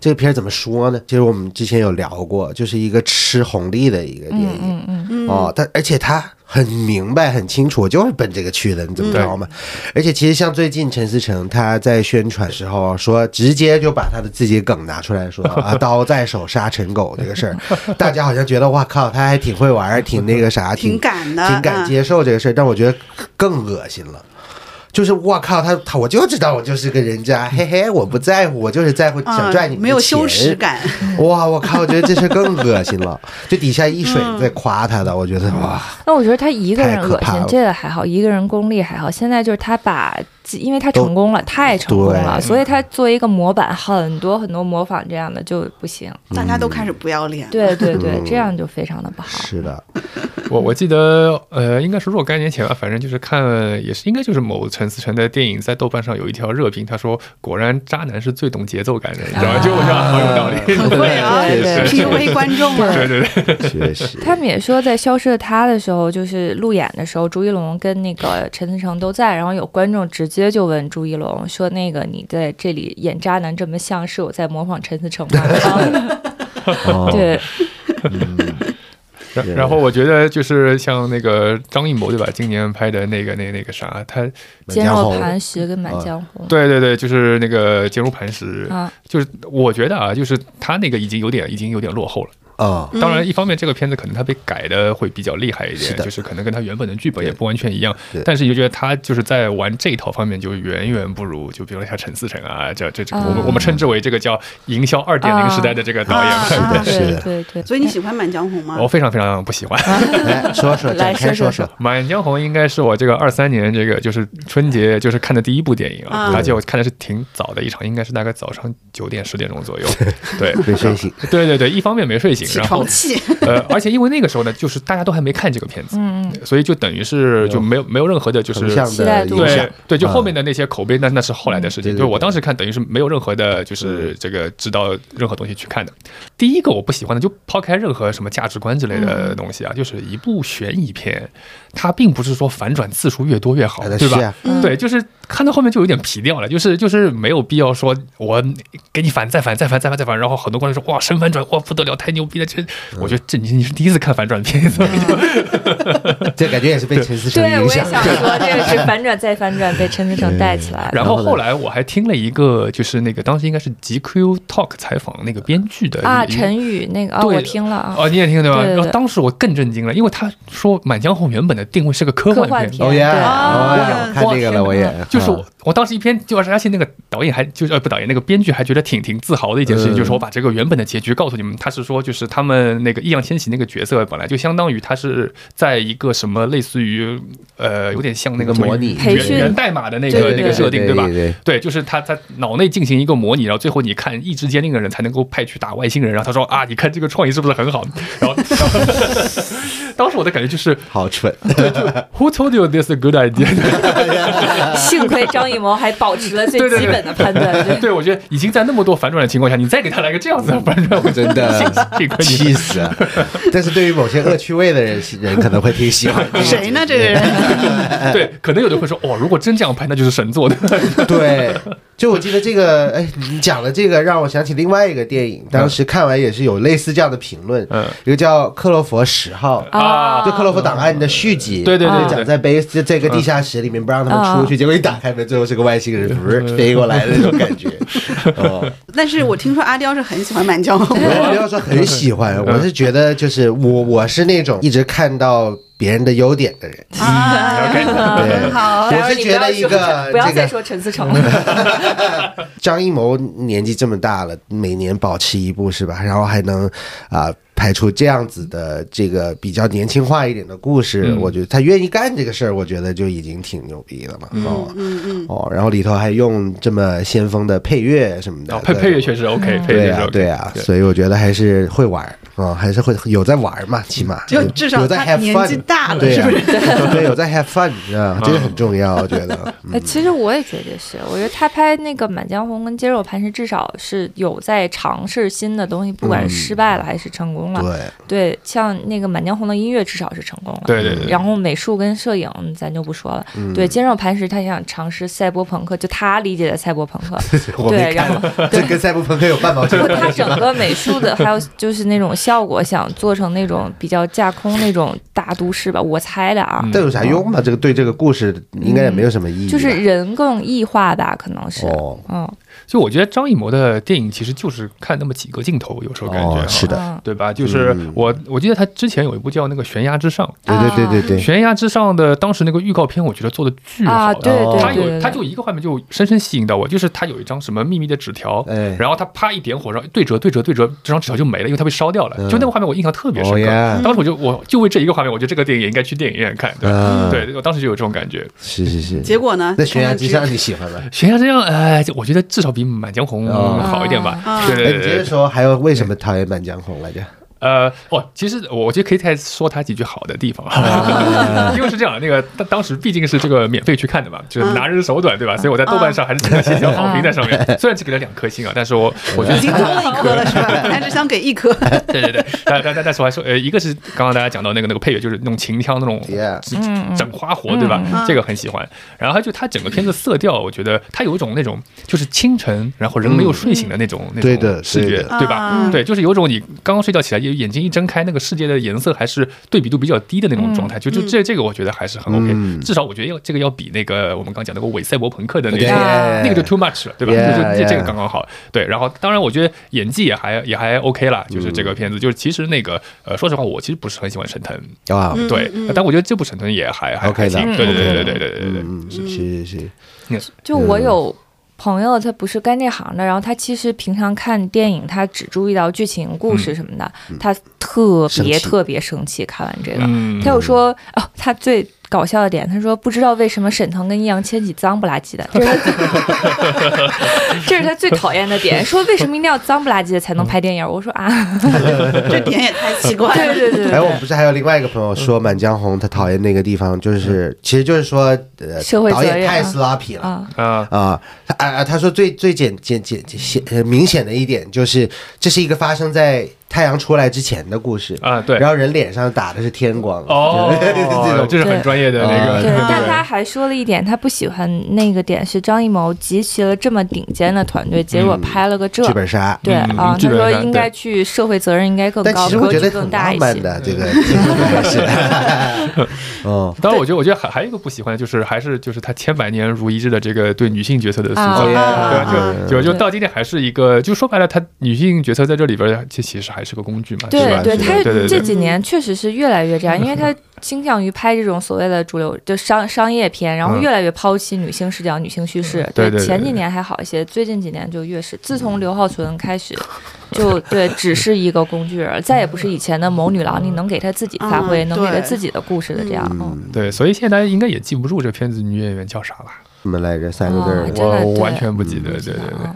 Speaker 4: 这个片儿怎么说呢？其实我们之前有聊过，就是一个吃红利的一个电影、
Speaker 6: 嗯嗯，
Speaker 4: 哦，但而且他很明白、很清楚，我就是奔这个去的，你怎么着嘛？而且其实像最近陈思诚他在宣传时候说，直接就把他的自己梗拿出来说啊，刀在手杀陈狗这个事儿，大家好像觉得哇靠，他还挺会玩儿，挺那个啥，
Speaker 5: 挺敢的
Speaker 4: 挺敢
Speaker 5: 嗯
Speaker 4: 接受这个事儿，但我觉得更恶心了。就是我靠，他他我就知道我就是个人渣，嘿嘿，我不在乎，我就是在乎想
Speaker 5: 啊
Speaker 4: 赚你、，
Speaker 5: 没有羞耻。感，
Speaker 4: 哇，我靠，我觉得这事儿更恶心了。就底下一水在夸他的，我觉得哇，
Speaker 6: 那我觉得他一个人
Speaker 4: 太可
Speaker 6: 恶
Speaker 4: 怕
Speaker 6: 心
Speaker 4: 了
Speaker 6: 这个还好，一个人功力还好。现在就是他把自，因为他成功了，太成功了，
Speaker 4: 对
Speaker 6: 所以他作为一个模板，很多很多模仿这样的就不行。
Speaker 5: 大家都开始不要脸了。
Speaker 6: 对对对，这样就非常的不好。
Speaker 4: 是的，
Speaker 2: 我我记得，呃，应该是若干年前吧，反正就是看，也是应该就是某陈思诚的电影在豆瓣上有一条热评，他说果然渣男是最懂节奏感的，你知道吗？ 就我觉得好有道理。
Speaker 4: 嗯
Speaker 5: 很会啊
Speaker 6: 对对对
Speaker 5: ，PUA 观众啊，
Speaker 2: 对对对，
Speaker 4: 确实。
Speaker 6: 他们也说，在《消失的她》的时候，就是路演的时候，朱一龙跟那个陈思诚都在，然后有观众直接就问朱一龙说：“那个你在这 里演渣男这么像，是有在模仿陈思诚吗？”
Speaker 4: 哦
Speaker 6: 对，
Speaker 2: 然然后我觉得就是像那个张艺谋对吧？今年拍的那个那那个啥，他
Speaker 6: 坚若磐石跟满江红，
Speaker 2: 对对对，就是那个《坚如磐石》
Speaker 6: 啊，
Speaker 2: 就是我觉得啊，就是他那个已经有点已经有点落后了。
Speaker 4: 啊，
Speaker 2: 当然，一方面这个片子可能它被改的会比较厉害一点，
Speaker 4: 是的
Speaker 2: 就是可能跟它原本的剧本也不完全一样
Speaker 4: 对，
Speaker 2: 但是就觉得他就是在玩这一套方面就远远不如，就比如说像陈思诚啊，这这这，我们我们称之为这个叫营销二点零时代的这个导演。
Speaker 5: 啊
Speaker 2: 们
Speaker 5: 啊
Speaker 4: 是
Speaker 6: 对
Speaker 4: 的
Speaker 6: 对对，
Speaker 5: 所以你喜欢《满江红》吗？
Speaker 2: 我非常非常不喜欢，
Speaker 4: 啊来说说，展
Speaker 6: 来
Speaker 4: 开
Speaker 6: 说
Speaker 4: 说
Speaker 6: 说，
Speaker 2: 《 满江红》应该是我这个二三年这个就是春节就是看的第一部电影啊，
Speaker 5: 啊
Speaker 2: 而且我看的是挺早的一场，应该是大概早上九点十点钟 左右。对
Speaker 4: 被睡醒，
Speaker 2: 对对对，一方面没睡醒，
Speaker 5: 起
Speaker 2: 然后
Speaker 5: 床气，
Speaker 2: 呃，而且因为那个时候呢，就是大家都还没看这个片子，嗯，所以就等于是就没有没有任何的就是
Speaker 4: 横向
Speaker 6: 期待
Speaker 4: 的
Speaker 6: 度
Speaker 4: 影响
Speaker 2: 对，对，就后面的那些口碑，那那是后来的事情。
Speaker 4: 对对
Speaker 2: 就
Speaker 4: 对
Speaker 2: 我当时看，等于是没有任何的，就是这个知道任何东西去看的。第一个我不喜欢的，就抛开任何什么价值观之类的东西啊，就是一部悬疑片，它并不是说反转次数越多越好，
Speaker 4: 哎
Speaker 2: 对
Speaker 4: 是
Speaker 2: 吧
Speaker 4: 啊？
Speaker 2: 对，就是看到后面就有点皮掉了，就是就是没有必要说我给你反再反再反再反再反，然后很多观众说哇神反转哇不得了太牛逼了，这我觉得这你你是第一次看反转片，所以
Speaker 4: 这感觉也是被陈思诚
Speaker 6: 对，我
Speaker 4: 影
Speaker 6: 也
Speaker 4: 响的。
Speaker 6: 想说，这个是反转再反转，被陈思诚带起来了。
Speaker 2: 然后后来我还听了一个，就是那个当时应该是 GQ Talk 采访那个编剧的
Speaker 6: 啊，
Speaker 2: 呃一
Speaker 6: 陈宇那个啊，
Speaker 2: 对
Speaker 6: 我听了啊，
Speaker 2: 哦，你也听对吧？
Speaker 6: 对对对
Speaker 2: 然后当时我更震惊了，因为他说《满江红》原本的定位是个科
Speaker 6: 科
Speaker 2: 幻
Speaker 6: 幻
Speaker 2: 片。
Speaker 6: 片，啊
Speaker 4: 哦耶！
Speaker 6: 对
Speaker 4: 哦
Speaker 5: 啊
Speaker 4: 呀，我看这个了，我也
Speaker 2: 就是我，我当时一篇就而且那个导演还就是呃不导演那个编剧还觉得挺挺自豪的一件事情，
Speaker 4: 嗯
Speaker 2: 就是我把这个原本的结局告诉你们，他是说就是他们那个易烊千玺那个角色本来就相当于他是在一个什么类似于呃有点像那个
Speaker 4: 一个模拟
Speaker 6: 培
Speaker 2: 源
Speaker 6: 训
Speaker 2: 源代码的那
Speaker 6: 对
Speaker 2: 个
Speaker 6: 对
Speaker 2: 那个设定
Speaker 4: 对
Speaker 2: 吧？
Speaker 4: 对
Speaker 2: 对，就是他在脑内进行一个模拟，然后最后你看意志坚定的人才能够派去打外星人。然后他说啊，你看这个创意是不是很好？然 后，然后当时我的感觉就是
Speaker 4: 好蠢，
Speaker 2: Who told you this is a good idea？
Speaker 6: 幸亏张艺谋还保持了 最
Speaker 2: 对对对
Speaker 6: 基本的判断， 对
Speaker 2: 对，我觉得已经在那么多反转的情况下，你再给他来个这样子的反转，我
Speaker 4: 真的
Speaker 2: 幸亏你
Speaker 4: 气死了。但是对于某些恶趣味的人，人可能会挺 喜欢。
Speaker 5: 谁呢？这个人，
Speaker 4: 哎
Speaker 2: 对，可能有的会说哦，如果真这样拍，那就是神作的。
Speaker 4: 对，就我记得这个，哎，你讲的这个让我想起另外一个电影，当时看完也是有类似这样的评论，
Speaker 2: 嗯
Speaker 4: 一个叫《克洛佛十号》
Speaker 2: 啊
Speaker 4: 就克洛弗档案的续集，
Speaker 2: 对对对嗯
Speaker 4: 就
Speaker 2: 对
Speaker 4: 讲在 base 就这个地下室里面不让他们出去，结果一打开门，最后是个外星人，不是飞过来的那种感 觉。哦，
Speaker 5: 但是我听说阿刁是很喜欢《满江 红》的，
Speaker 4: 我不要说很喜
Speaker 2: 嗯
Speaker 4: 欢，我是觉得就是我我是那种一直看到别人的优点的人，
Speaker 5: 啊，很好
Speaker 4: 我是觉得一个嗯
Speaker 6: 不要
Speaker 4: 这
Speaker 6: 再
Speaker 4: 个
Speaker 6: 说陈思诚 了，
Speaker 4: 张艺谋年纪这么大了，每年保持一部是吧？然后还能啊、拍出这样子的这个比较年轻化一点的故事，
Speaker 2: 嗯
Speaker 4: 我觉得他愿意干这个事儿，我觉得就已经挺牛逼的了。哦
Speaker 5: 嗯嗯，
Speaker 4: 哦，然后里头还用这么先锋的配乐什么的，
Speaker 2: 然后哦配配乐确实 OK，配乐
Speaker 4: 对
Speaker 2: 确实
Speaker 4: 啊
Speaker 2: OK，
Speaker 4: 对啊，
Speaker 2: 对
Speaker 4: 所以我觉得还是会玩儿啊、还是会有在玩儿嘛，起码
Speaker 5: 就至少
Speaker 4: 有在
Speaker 5: 他
Speaker 4: have
Speaker 5: 年
Speaker 4: fun
Speaker 5: 纪大了
Speaker 4: 对啊
Speaker 5: 是不
Speaker 4: 对，有在 have fun 啊，这个很重要，我觉 得。嗯
Speaker 6: 哎，其实我也觉得是，我觉得他拍那个《满江红》跟《坚若磐石》，至少是有在尝试新的东西，不管是失败了还是成功
Speaker 4: 嗯
Speaker 6: 了。
Speaker 4: 对，
Speaker 6: 对，像那个《满江红》的音乐至少是成功了。
Speaker 2: 对对对
Speaker 6: 然后美术跟摄影咱就不说了。
Speaker 4: 嗯
Speaker 6: 对，坚若磐石他想尝试赛博朋克，就他理解的赛博朋克。
Speaker 4: 我
Speaker 6: 对
Speaker 4: 没，
Speaker 6: 然后
Speaker 4: 看， 这跟赛博朋克有半毛钱
Speaker 6: 不过
Speaker 4: 关
Speaker 6: 他
Speaker 4: 系
Speaker 6: 整
Speaker 4: 吗？
Speaker 6: 个美术的，还有就是那种效果，想做成那种比较架空那种大都市吧，我猜的
Speaker 2: 嗯
Speaker 6: 啊，
Speaker 4: 这有啥用啊？这个对这个故事应该也没有什么意义吧。
Speaker 6: 嗯就是人更异化吧，可能是，
Speaker 4: 嗯哦
Speaker 6: 嗯，
Speaker 2: 就我觉得张艺谋的电影其实就是看那么几个镜头，有时候感觉
Speaker 4: 哦
Speaker 2: 啊
Speaker 4: 是的
Speaker 6: 嗯
Speaker 2: 对吧？就是
Speaker 4: 嗯
Speaker 2: 我我记得他之前有一部叫那个《悬崖之上》，
Speaker 4: 对对对对
Speaker 2: 《
Speaker 4: 对，
Speaker 2: 悬崖之上》的当时那个预告片，我觉得做的巨好
Speaker 6: 啊，对
Speaker 4: 哦
Speaker 6: 对
Speaker 2: 他
Speaker 6: 对
Speaker 2: 有，
Speaker 6: 对，
Speaker 2: 他就一个画面就深深吸引到我，就是他有一张什么秘密的纸条，
Speaker 4: 哎
Speaker 2: 然后他啪一点火，然后对折对折对折，这张纸条就没了，因为它被烧掉了。
Speaker 4: 嗯
Speaker 2: 就那个画面我印象特别深
Speaker 4: 哦
Speaker 2: 刻，
Speaker 4: 耶
Speaker 2: 当时我就我就为这一个画面，我觉得这个电影也应该去电影院看，对吧、
Speaker 4: 嗯
Speaker 2: 对，我当时就有这种感觉。
Speaker 4: 是是是。
Speaker 5: 结果呢？
Speaker 4: 那悬崖之上你喜欢吗？
Speaker 2: 悬崖之上，哎，就我觉得至少比《满江红》
Speaker 4: 哦
Speaker 2: 好一点吧。
Speaker 6: 嗯
Speaker 5: 啊
Speaker 2: 对
Speaker 4: 哎
Speaker 2: 对
Speaker 4: 你
Speaker 2: 对
Speaker 4: 接
Speaker 2: 对
Speaker 4: 着说，还有为什么讨厌《满江红》来着？
Speaker 2: 呃，哦，其实我我觉得可以再说他几句好的地方， 因为是这样，那个当当时毕竟是这个免费去看的嘛，就是拿人手短，对吧？所以我在豆瓣上还是经常写条好评在上面，虽然只给了两颗星啊，但是我我觉得
Speaker 5: 已经多了一颗了是吧？ 本来只想给一颗，
Speaker 2: 对对对，但但但但是我还说，呃，一个是刚刚大家讲到那个那个配乐，就是那种秦腔那种
Speaker 4: Yeah
Speaker 2: 整整花活，对吧？这个很喜欢。然后它就它整个片子色调，我觉得它有一种那种就是清晨，然后人没有睡醒的那种那
Speaker 4: 对的
Speaker 2: 种视
Speaker 4: 嗯对
Speaker 2: 觉
Speaker 4: 的，
Speaker 2: 对吧？
Speaker 5: 嗯
Speaker 2: 对，就是有种你刚刚睡觉起来，夜眼睛一睁开，那个世界的颜色还是对比度比较低的那种状态，就就这这个我觉得还是很 OK，、至
Speaker 4: 嗯
Speaker 2: 少我觉得要这个要比那个我们刚讲那个韦赛博朋克的那个
Speaker 4: 对
Speaker 2: 那个就 too much 了，对吧？
Speaker 4: Yeah，
Speaker 2: 就就这
Speaker 4: yeah
Speaker 2: 这个刚刚好。对，然后当然我觉得演技也还也还 OK 啦，就是
Speaker 4: 嗯
Speaker 2: 这个片子，就是其实那个呃，说实话我其实不是很喜欢沈腾，
Speaker 4: 啊，
Speaker 6: 嗯
Speaker 2: 对，但我觉得这部沈腾也还还
Speaker 4: OK 的
Speaker 2: 还行对对
Speaker 4: OK
Speaker 2: 对
Speaker 4: 的
Speaker 2: 对对对对对。
Speaker 4: 嗯，是是是，
Speaker 6: 就我
Speaker 4: 嗯
Speaker 6: 有朋友，他不是干这行的，然后他其实平常看电影，他只注意到剧情、故事什么的，他特
Speaker 4: 嗯生
Speaker 6: 别
Speaker 4: 气
Speaker 6: 特别生气。看完这个，
Speaker 2: 嗯
Speaker 6: 他又说哦，他最搞笑的点，他说不知道为什么沈腾跟易烊千玺脏不拉几的，这是他这是他最 讨厌的点，说为什么一定要脏不拉几的才能拍电影？我说啊，
Speaker 5: 这点也太奇怪
Speaker 6: 对
Speaker 5: 了。
Speaker 6: 对对对嗯
Speaker 4: 哎，我们不是还有另外一个朋友说《满江红》，他讨厌那个地方，就是其实就是说，呃，
Speaker 6: 社嗯会责
Speaker 4: 导
Speaker 6: 任
Speaker 4: 演太
Speaker 6: 啊
Speaker 4: sloppy 了。
Speaker 6: 啊，
Speaker 2: 啊，
Speaker 4: 啊，他啊啊，他说最最简简简简显呃明显的一点就是，这是一个发生在太阳出来之前的故事
Speaker 2: 啊对
Speaker 4: 然后人脸上打的是天光
Speaker 2: 哦
Speaker 4: 这种，
Speaker 2: 这是很专业的那个，
Speaker 6: 对
Speaker 2: 对，
Speaker 6: 但他还说了一点，他不喜欢那个点是张艺谋集齐了这么顶尖的团队，结果拍了个这，
Speaker 4: 嗯剧本杀。
Speaker 6: 对
Speaker 2: 嗯
Speaker 6: 啊，
Speaker 2: 剧
Speaker 6: 他
Speaker 2: 本
Speaker 6: 说
Speaker 2: 杀
Speaker 6: 应该去社会责任应该更
Speaker 4: 但
Speaker 6: 高，
Speaker 4: 其实我
Speaker 6: 格
Speaker 4: 觉
Speaker 6: 局
Speaker 4: 得
Speaker 6: 更
Speaker 4: 很
Speaker 6: 大
Speaker 4: 浪
Speaker 6: 一
Speaker 4: 漫
Speaker 6: 些。嗯
Speaker 4: 的，这个是，
Speaker 6: 哦
Speaker 4: 嗯，
Speaker 2: 当然，我觉得，我觉得还还有一个不喜欢的就是，还是就是他千百年如一日的这个对女性角色的塑造，
Speaker 6: 啊
Speaker 2: 对吧？
Speaker 4: 啊
Speaker 2: 就就就到今天还是一个，就说白了，他女性角色在这里边儿，其其实还是个工具嘛，
Speaker 6: 对
Speaker 2: 是吧？
Speaker 6: 对，
Speaker 2: 是
Speaker 6: 他
Speaker 2: 吧对对
Speaker 6: 这
Speaker 2: 对。
Speaker 6: 几年确实是越来越这样，因为 他倾向于拍这种所谓的主流就商商业片，然后
Speaker 2: 嗯
Speaker 6: 越来越抛弃女性视角、女性叙事。
Speaker 2: 对对对嗯
Speaker 6: 前几
Speaker 2: 对
Speaker 6: 年还好一些，最近几年就越是，自从刘浩存开始，就对只是一个工具人，再也不是以前的谋女郎，你能给她自己发挥，
Speaker 5: 嗯
Speaker 6: 能给她
Speaker 5: 对
Speaker 6: 自己的故事的这样。嗯，
Speaker 2: 对，所以现在大家应该也记不住这片子女演员叫啥了，
Speaker 4: 什么来着？三个字
Speaker 6: 哦
Speaker 4: 儿
Speaker 6: 真
Speaker 4: 吗，
Speaker 6: 的
Speaker 2: 我我
Speaker 6: 对
Speaker 2: 完全不记
Speaker 5: 嗯
Speaker 2: 得，对对
Speaker 5: 啊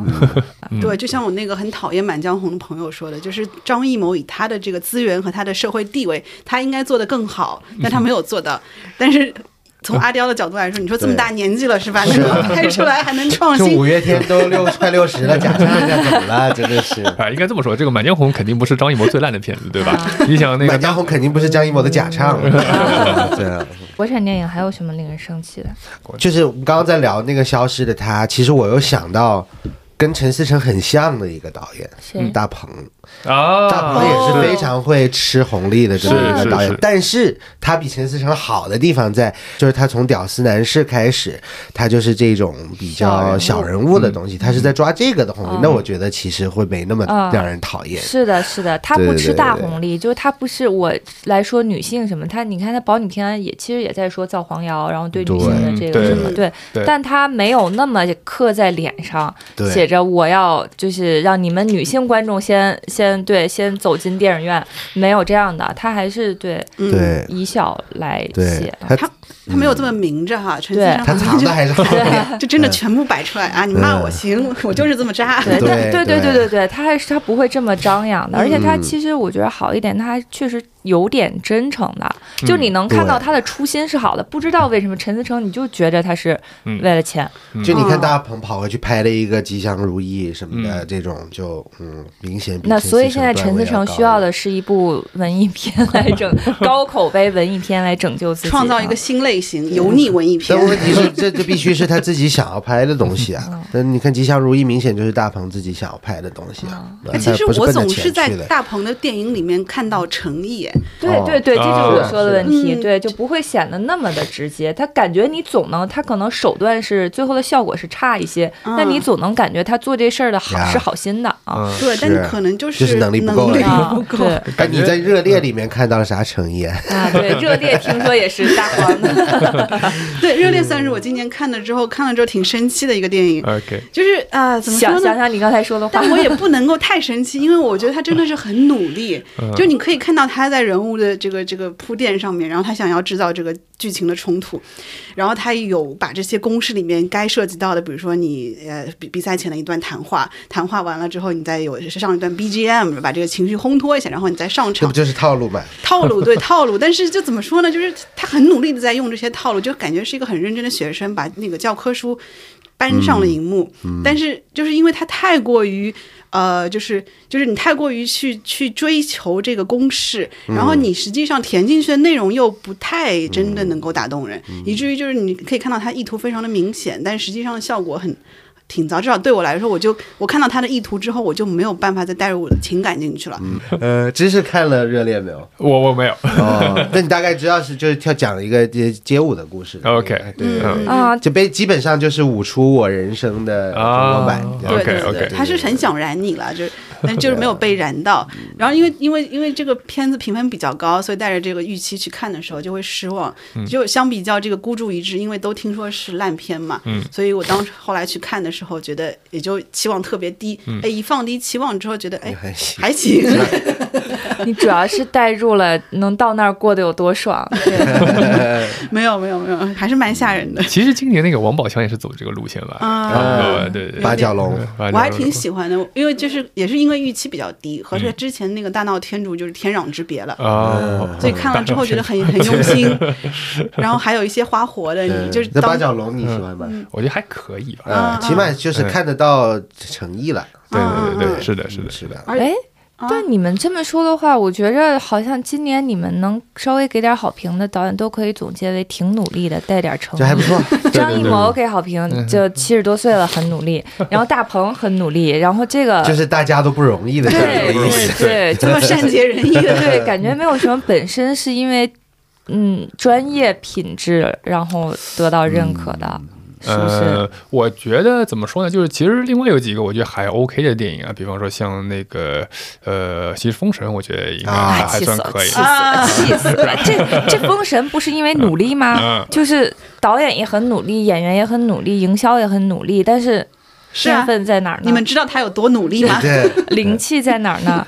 Speaker 2: 对，
Speaker 6: 对，
Speaker 5: 对，就像我那个很讨厌《满江红》的朋友说的，就是张艺谋以他的这个资源和他的社会地位，他应该做得更好，但他没有做到。但是
Speaker 4: 嗯
Speaker 5: 从阿刁的角度来说，你说这么大年纪了是吧？能够拍出来还能创
Speaker 4: 啊就
Speaker 5: 新
Speaker 4: 五，月天都六快六十了，假唱一下怎么 了？真的是，
Speaker 2: 啊，应该这么说，这个《满江红》肯定不是张艺谋最烂的片子，对 吧？
Speaker 5: 啊
Speaker 2: 你想那
Speaker 4: 满
Speaker 2: 个嗯
Speaker 4: 江红肯定不是张艺谋的假唱，对啊。
Speaker 6: 国产电影还有什么令人生气的？
Speaker 4: 就是我们刚刚在聊那个《消失的她》，其实我又想到跟陈思诚很像的一个导演，
Speaker 2: 嗯
Speaker 6: 谁
Speaker 4: 大鹏。
Speaker 6: 哦
Speaker 4: 大
Speaker 2: 啊
Speaker 4: 鹏，也是非常会吃红利的这么一个导
Speaker 2: 是是
Speaker 4: 演
Speaker 2: 是，
Speaker 4: 但是他比陈思诚好的地方在，就是他从《屌丝男士》开始，他就是这种比较小人物的东西，他是在抓这个的红利。那我觉得其实会没那么
Speaker 6: 嗯
Speaker 4: 让人讨厌。
Speaker 6: 是的，是的，她
Speaker 4: 对
Speaker 6: 不
Speaker 4: 对
Speaker 6: 吃
Speaker 4: 对
Speaker 6: 大
Speaker 4: 对
Speaker 6: 红利，就是她不是我来说女性什么，她你看她保你平安也其实也在说造黄谣，然后对女性的
Speaker 2: 对
Speaker 6: 这个什么，
Speaker 2: 嗯
Speaker 6: 对，
Speaker 2: 对
Speaker 6: 但她没有那么刻在脸上，
Speaker 4: 对
Speaker 6: 写着我要就是让你们女性观众先先对先走进电影院，没有这样的，她还是对
Speaker 4: 对
Speaker 6: 以小来
Speaker 4: 对
Speaker 6: 写，，
Speaker 4: 他
Speaker 5: 他他没有这么明着哈，陈思
Speaker 6: 对
Speaker 5: 诚
Speaker 4: 他藏的还是好 一 点。
Speaker 5: 就真的全部摆出来啊！你骂我行，我就是这么渣。
Speaker 6: 对，
Speaker 4: 对对
Speaker 6: 但对
Speaker 4: 嗯
Speaker 6: 对对对对，他还是他不会这么张扬的，而且他其实我觉得好一点，他还确实有点真诚的，就你能看到
Speaker 4: 嗯对
Speaker 6: 他的初心是好的。不知道为什么陈思诚，你就觉着他是
Speaker 2: 嗯
Speaker 6: 为了钱，
Speaker 4: 就你看大鹏跑回去拍了一个《吉祥如意》什么的，这种就嗯明显比
Speaker 6: 那
Speaker 4: 陈
Speaker 6: 所以
Speaker 4: 思诚
Speaker 6: 现在
Speaker 4: 段
Speaker 6: 陈
Speaker 4: 位
Speaker 6: 思
Speaker 4: 要
Speaker 6: 诚
Speaker 4: 高
Speaker 6: 需要的是一部文艺 片来拯高口碑文艺片来拯救自己，
Speaker 5: 创造一个。新类型油腻文艺片
Speaker 4: 但。问题是，这这必须是他自己想要拍的东西啊。
Speaker 5: 嗯
Speaker 4: 但你看《吉祥如意》，明显就是大鹏自己想要拍的东西啊。
Speaker 5: 哎
Speaker 4: 那
Speaker 5: 其实
Speaker 4: 不是
Speaker 5: 我
Speaker 4: 奔着
Speaker 5: 总是
Speaker 4: 钱
Speaker 5: 在
Speaker 4: 去的。
Speaker 5: 大鹏的电影里面看到诚意，哎
Speaker 6: 对
Speaker 4: 哦
Speaker 6: 对对，这就是我说的问题，
Speaker 5: 嗯
Speaker 6: 对，就不会显得那么的直接。他感觉你总能，他可能手段是最后的效果是差一些，
Speaker 5: 啊
Speaker 6: 但你总能感觉他做这事儿的好
Speaker 4: 呀嗯
Speaker 6: 是好心的啊。
Speaker 5: 对，但你可能就
Speaker 4: 就是能力不够
Speaker 5: 能力
Speaker 6: 啊，
Speaker 5: 不够。
Speaker 6: 对
Speaker 4: 哎，你在《热烈》里面看到了啥诚意啊？
Speaker 6: 啊， 对，热烈听说也是大黄的，
Speaker 5: 对，《热恋》
Speaker 4: 嗯
Speaker 5: 算是我今年看了之后，看了之后挺生气的一个电影，
Speaker 2: ，OK，
Speaker 5: 就是啊， 怎么
Speaker 6: 想
Speaker 5: 说
Speaker 6: 想
Speaker 5: 呢？
Speaker 6: 想你刚才说的话
Speaker 5: 但，我也不能够太生气，因为我觉得他真的是很努 力，
Speaker 6: 嗯
Speaker 5: 就你可以看到他在人物的这个这个铺垫上面，然后他想要制造这个剧情的冲突，然后他有把这些公式里面该涉及到的，比如说你呃比比赛前的一段谈话，谈话完了之后，你再有上一段 BGM，把这个情绪烘托一下，然后你再上
Speaker 4: 这
Speaker 5: 场
Speaker 4: 不，就是套路嘛？
Speaker 5: 套路对套路，但 是就怎么说呢？就是他很努力的在用这些套路，就感觉是一个很认真的学生，把那个教科书搬上了荧幕。但是就是因为他太过于呃，就是就是你太过于去去追求这个公式，然后你实际上填进去的内容又不太真的能够打动人，以至于就是你可以看到他意图非常的明显，但实际上效果很。挺糟，至少对我来说，我就我看到他的意图之后，我就没有办法再带入我的情感进去了。
Speaker 4: 呃，知识看了热恋没有？
Speaker 2: 我我没有，
Speaker 4: 哦，那你大概知道是就是跳讲一个街街舞的故事。
Speaker 2: OK 嗯
Speaker 5: 嗯
Speaker 4: 哎对对对，
Speaker 6: 啊，
Speaker 4: 就被基本上就是舞出我人生的中国版。
Speaker 2: 啊
Speaker 4: 这样
Speaker 5: 对
Speaker 2: OK，
Speaker 5: 对对
Speaker 2: OK
Speaker 5: 对他是很想燃你了，就是，但就是没有被燃到。然后因为因为因为这个片子评分比较高，所以带着这个预期去看的时候就会失望。就相比较这个孤注一掷，因为都听说是烂片嘛，所以我当时后来去看的时候，觉得也就期望特别低。哎，一放低期望之后，觉得哎
Speaker 4: 还行
Speaker 5: 还行，
Speaker 6: 你主要是带入了能到那儿过得有多爽，对，
Speaker 5: 没有没有没有，还是蛮吓人的。
Speaker 2: 其实今年那个王宝强也是走这个路线吧？
Speaker 5: 啊
Speaker 2: 呃对对，
Speaker 4: 八角笼
Speaker 2: 对，八角
Speaker 5: 我还
Speaker 2: 笼
Speaker 5: 挺喜欢的，因为就是也是因为预期比较低，和这之前那个大闹天竺就是天壤之别了。
Speaker 4: 嗯
Speaker 2: 啊，
Speaker 5: 所以看了之后觉得很很用心，然后还有一些花活的，
Speaker 4: 对
Speaker 5: 你就是
Speaker 4: 嗯那
Speaker 5: 当嗯
Speaker 4: 八角笼你喜欢吗？
Speaker 2: 我觉得还可以吧。
Speaker 4: 呃，起码就是看得到诚意了。
Speaker 2: 对对对
Speaker 5: 嗯
Speaker 2: 对，是的，是的，
Speaker 4: 是的，
Speaker 5: 而啊
Speaker 6: 哎。但你们这么说的话，我觉着好像今年你们能稍微给点好评的导演，都可以总结为挺努力的，带点成
Speaker 4: 就还不
Speaker 6: 绩。
Speaker 4: 错。
Speaker 6: 张艺谋给好评，就
Speaker 4: 嗯
Speaker 6: 七十多岁了，很努力。然后大鹏很努力，然后这个
Speaker 4: 就是大家都不容易的
Speaker 6: 对
Speaker 4: 事儿，我意思。
Speaker 6: 对对，
Speaker 5: 这么善解人意的，
Speaker 6: 对， 感觉没有什么本身是因为嗯专业品质，然后得到认可的，
Speaker 2: 嗯
Speaker 6: 是不是？
Speaker 2: 呃，我觉得怎么说呢？就是其实另外有几个我觉得还 OK 的电影啊，比方说像那个呃，其实《封神》我觉得应该
Speaker 4: 啊
Speaker 2: 还
Speaker 6: 啊，
Speaker 2: 还
Speaker 6: 气死
Speaker 2: 算
Speaker 6: 了，
Speaker 2: 可以
Speaker 6: 气。死
Speaker 5: 啊
Speaker 6: 了，气死了！这这封神不是因为努力吗
Speaker 2: 呃嗯？
Speaker 6: 就是导演也很努力，演员也很努力，营销也很努力，但是
Speaker 5: 是啊
Speaker 6: 天分在哪儿呢？
Speaker 5: 你们知道他有多努力吗？
Speaker 4: 对，
Speaker 6: 灵气在哪儿呢？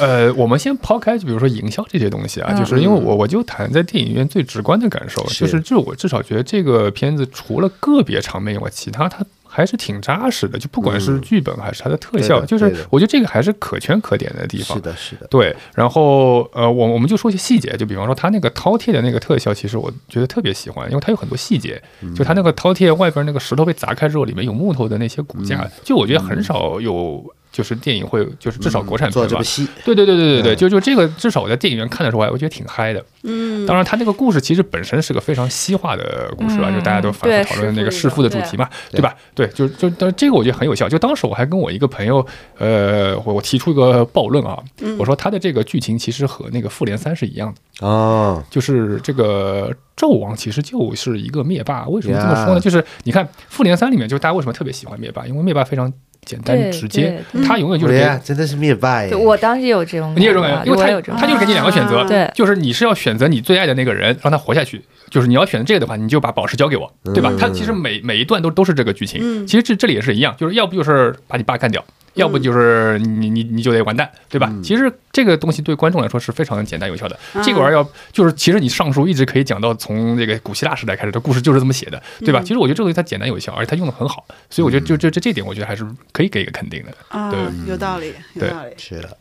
Speaker 2: 呃，我们先抛开，就比如说营销这些东西啊，
Speaker 6: 嗯
Speaker 2: 就是因为我我就谈在电影院最直观的感受，
Speaker 4: 是
Speaker 2: 就是就是我至少觉得这个片子除了个别场面以外，其他它。还是挺扎实的，就不管是剧本还是它的特效，
Speaker 4: 嗯对的
Speaker 2: 就
Speaker 4: 对
Speaker 2: 是
Speaker 4: 的
Speaker 2: 我觉得这个还是可圈可点的地方。
Speaker 4: 是的，是的，
Speaker 2: 对，然后呃，我我们就说一些细节，就比方说它那个饕餮的那个特效，其实我觉得特别喜欢，因为它有很多细节，就它那个饕餮外边那个石头被砸开之后，里面有木头的那些骨架，就我觉得很少有，就是电影会，就是至少国产
Speaker 4: 嗯做
Speaker 2: 片
Speaker 4: 这
Speaker 2: 吧
Speaker 4: 部。戏，
Speaker 2: 对对对对对对，就就这个，至少我在电影院看的时候，我还我觉得挺嗨的。嗯，当然，它那个故事其实本身是个非常西化的故事吧，
Speaker 6: 嗯
Speaker 2: 就大家都反
Speaker 6: 对
Speaker 2: 复讨论那个
Speaker 6: 弑
Speaker 2: 弑
Speaker 6: 父
Speaker 2: 父
Speaker 6: 的
Speaker 2: 的
Speaker 6: 对
Speaker 2: 主题嘛，对吧？对，就就但这个我觉得很有效。就当时我还跟我一个朋友，呃，我我提出一个暴论啊，
Speaker 5: 嗯
Speaker 2: 我说他的这个剧情其实和那个《复联三》是一样的，
Speaker 4: 哦，
Speaker 2: 就是这个纣王其实就是一个灭霸。为什么这么说
Speaker 4: Yeah
Speaker 2: 呢？就是你看《复联三》里面，就是大家为什么特别喜欢灭霸，因为灭霸非常简单
Speaker 6: 对
Speaker 2: 直接，
Speaker 6: 对嗯
Speaker 2: 他永远就是
Speaker 4: 对
Speaker 2: 给
Speaker 4: 哎呀，真的是灭霸耶
Speaker 6: 对！我当时有这种
Speaker 2: 你有这种
Speaker 6: 感
Speaker 2: 感觉，
Speaker 6: 觉，
Speaker 2: 因
Speaker 6: 嗯我
Speaker 2: 为
Speaker 6: 有这
Speaker 2: 他
Speaker 6: 种
Speaker 2: 他就
Speaker 6: 感
Speaker 2: 是给你两个选择，
Speaker 6: 对
Speaker 2: 就是你是要选择你最爱的那个人，让他活下去，就是你要选择这个的话，你就把宝石交给我，对吧？他其实每每一段都都是这个剧
Speaker 6: 嗯
Speaker 2: 情，其实这这里也是一样，就是要不就是把你爸干掉。要不就是你你你就得完蛋，对吧？其实这个东西对观众来说是非常简单有效的。
Speaker 6: 嗯
Speaker 2: 这个玩意儿要就是，其实你上述一直可以讲到从这个古希腊时代开始，这故事就是这么写的，对
Speaker 6: 嗯
Speaker 2: 吧？其实我觉得这个东西它简单有效，而且它用的很好，所以我觉得就就这这点，我觉得还是可以给一个肯定的。
Speaker 5: 啊，有道理，有
Speaker 2: 对
Speaker 5: 道理。
Speaker 4: 是的，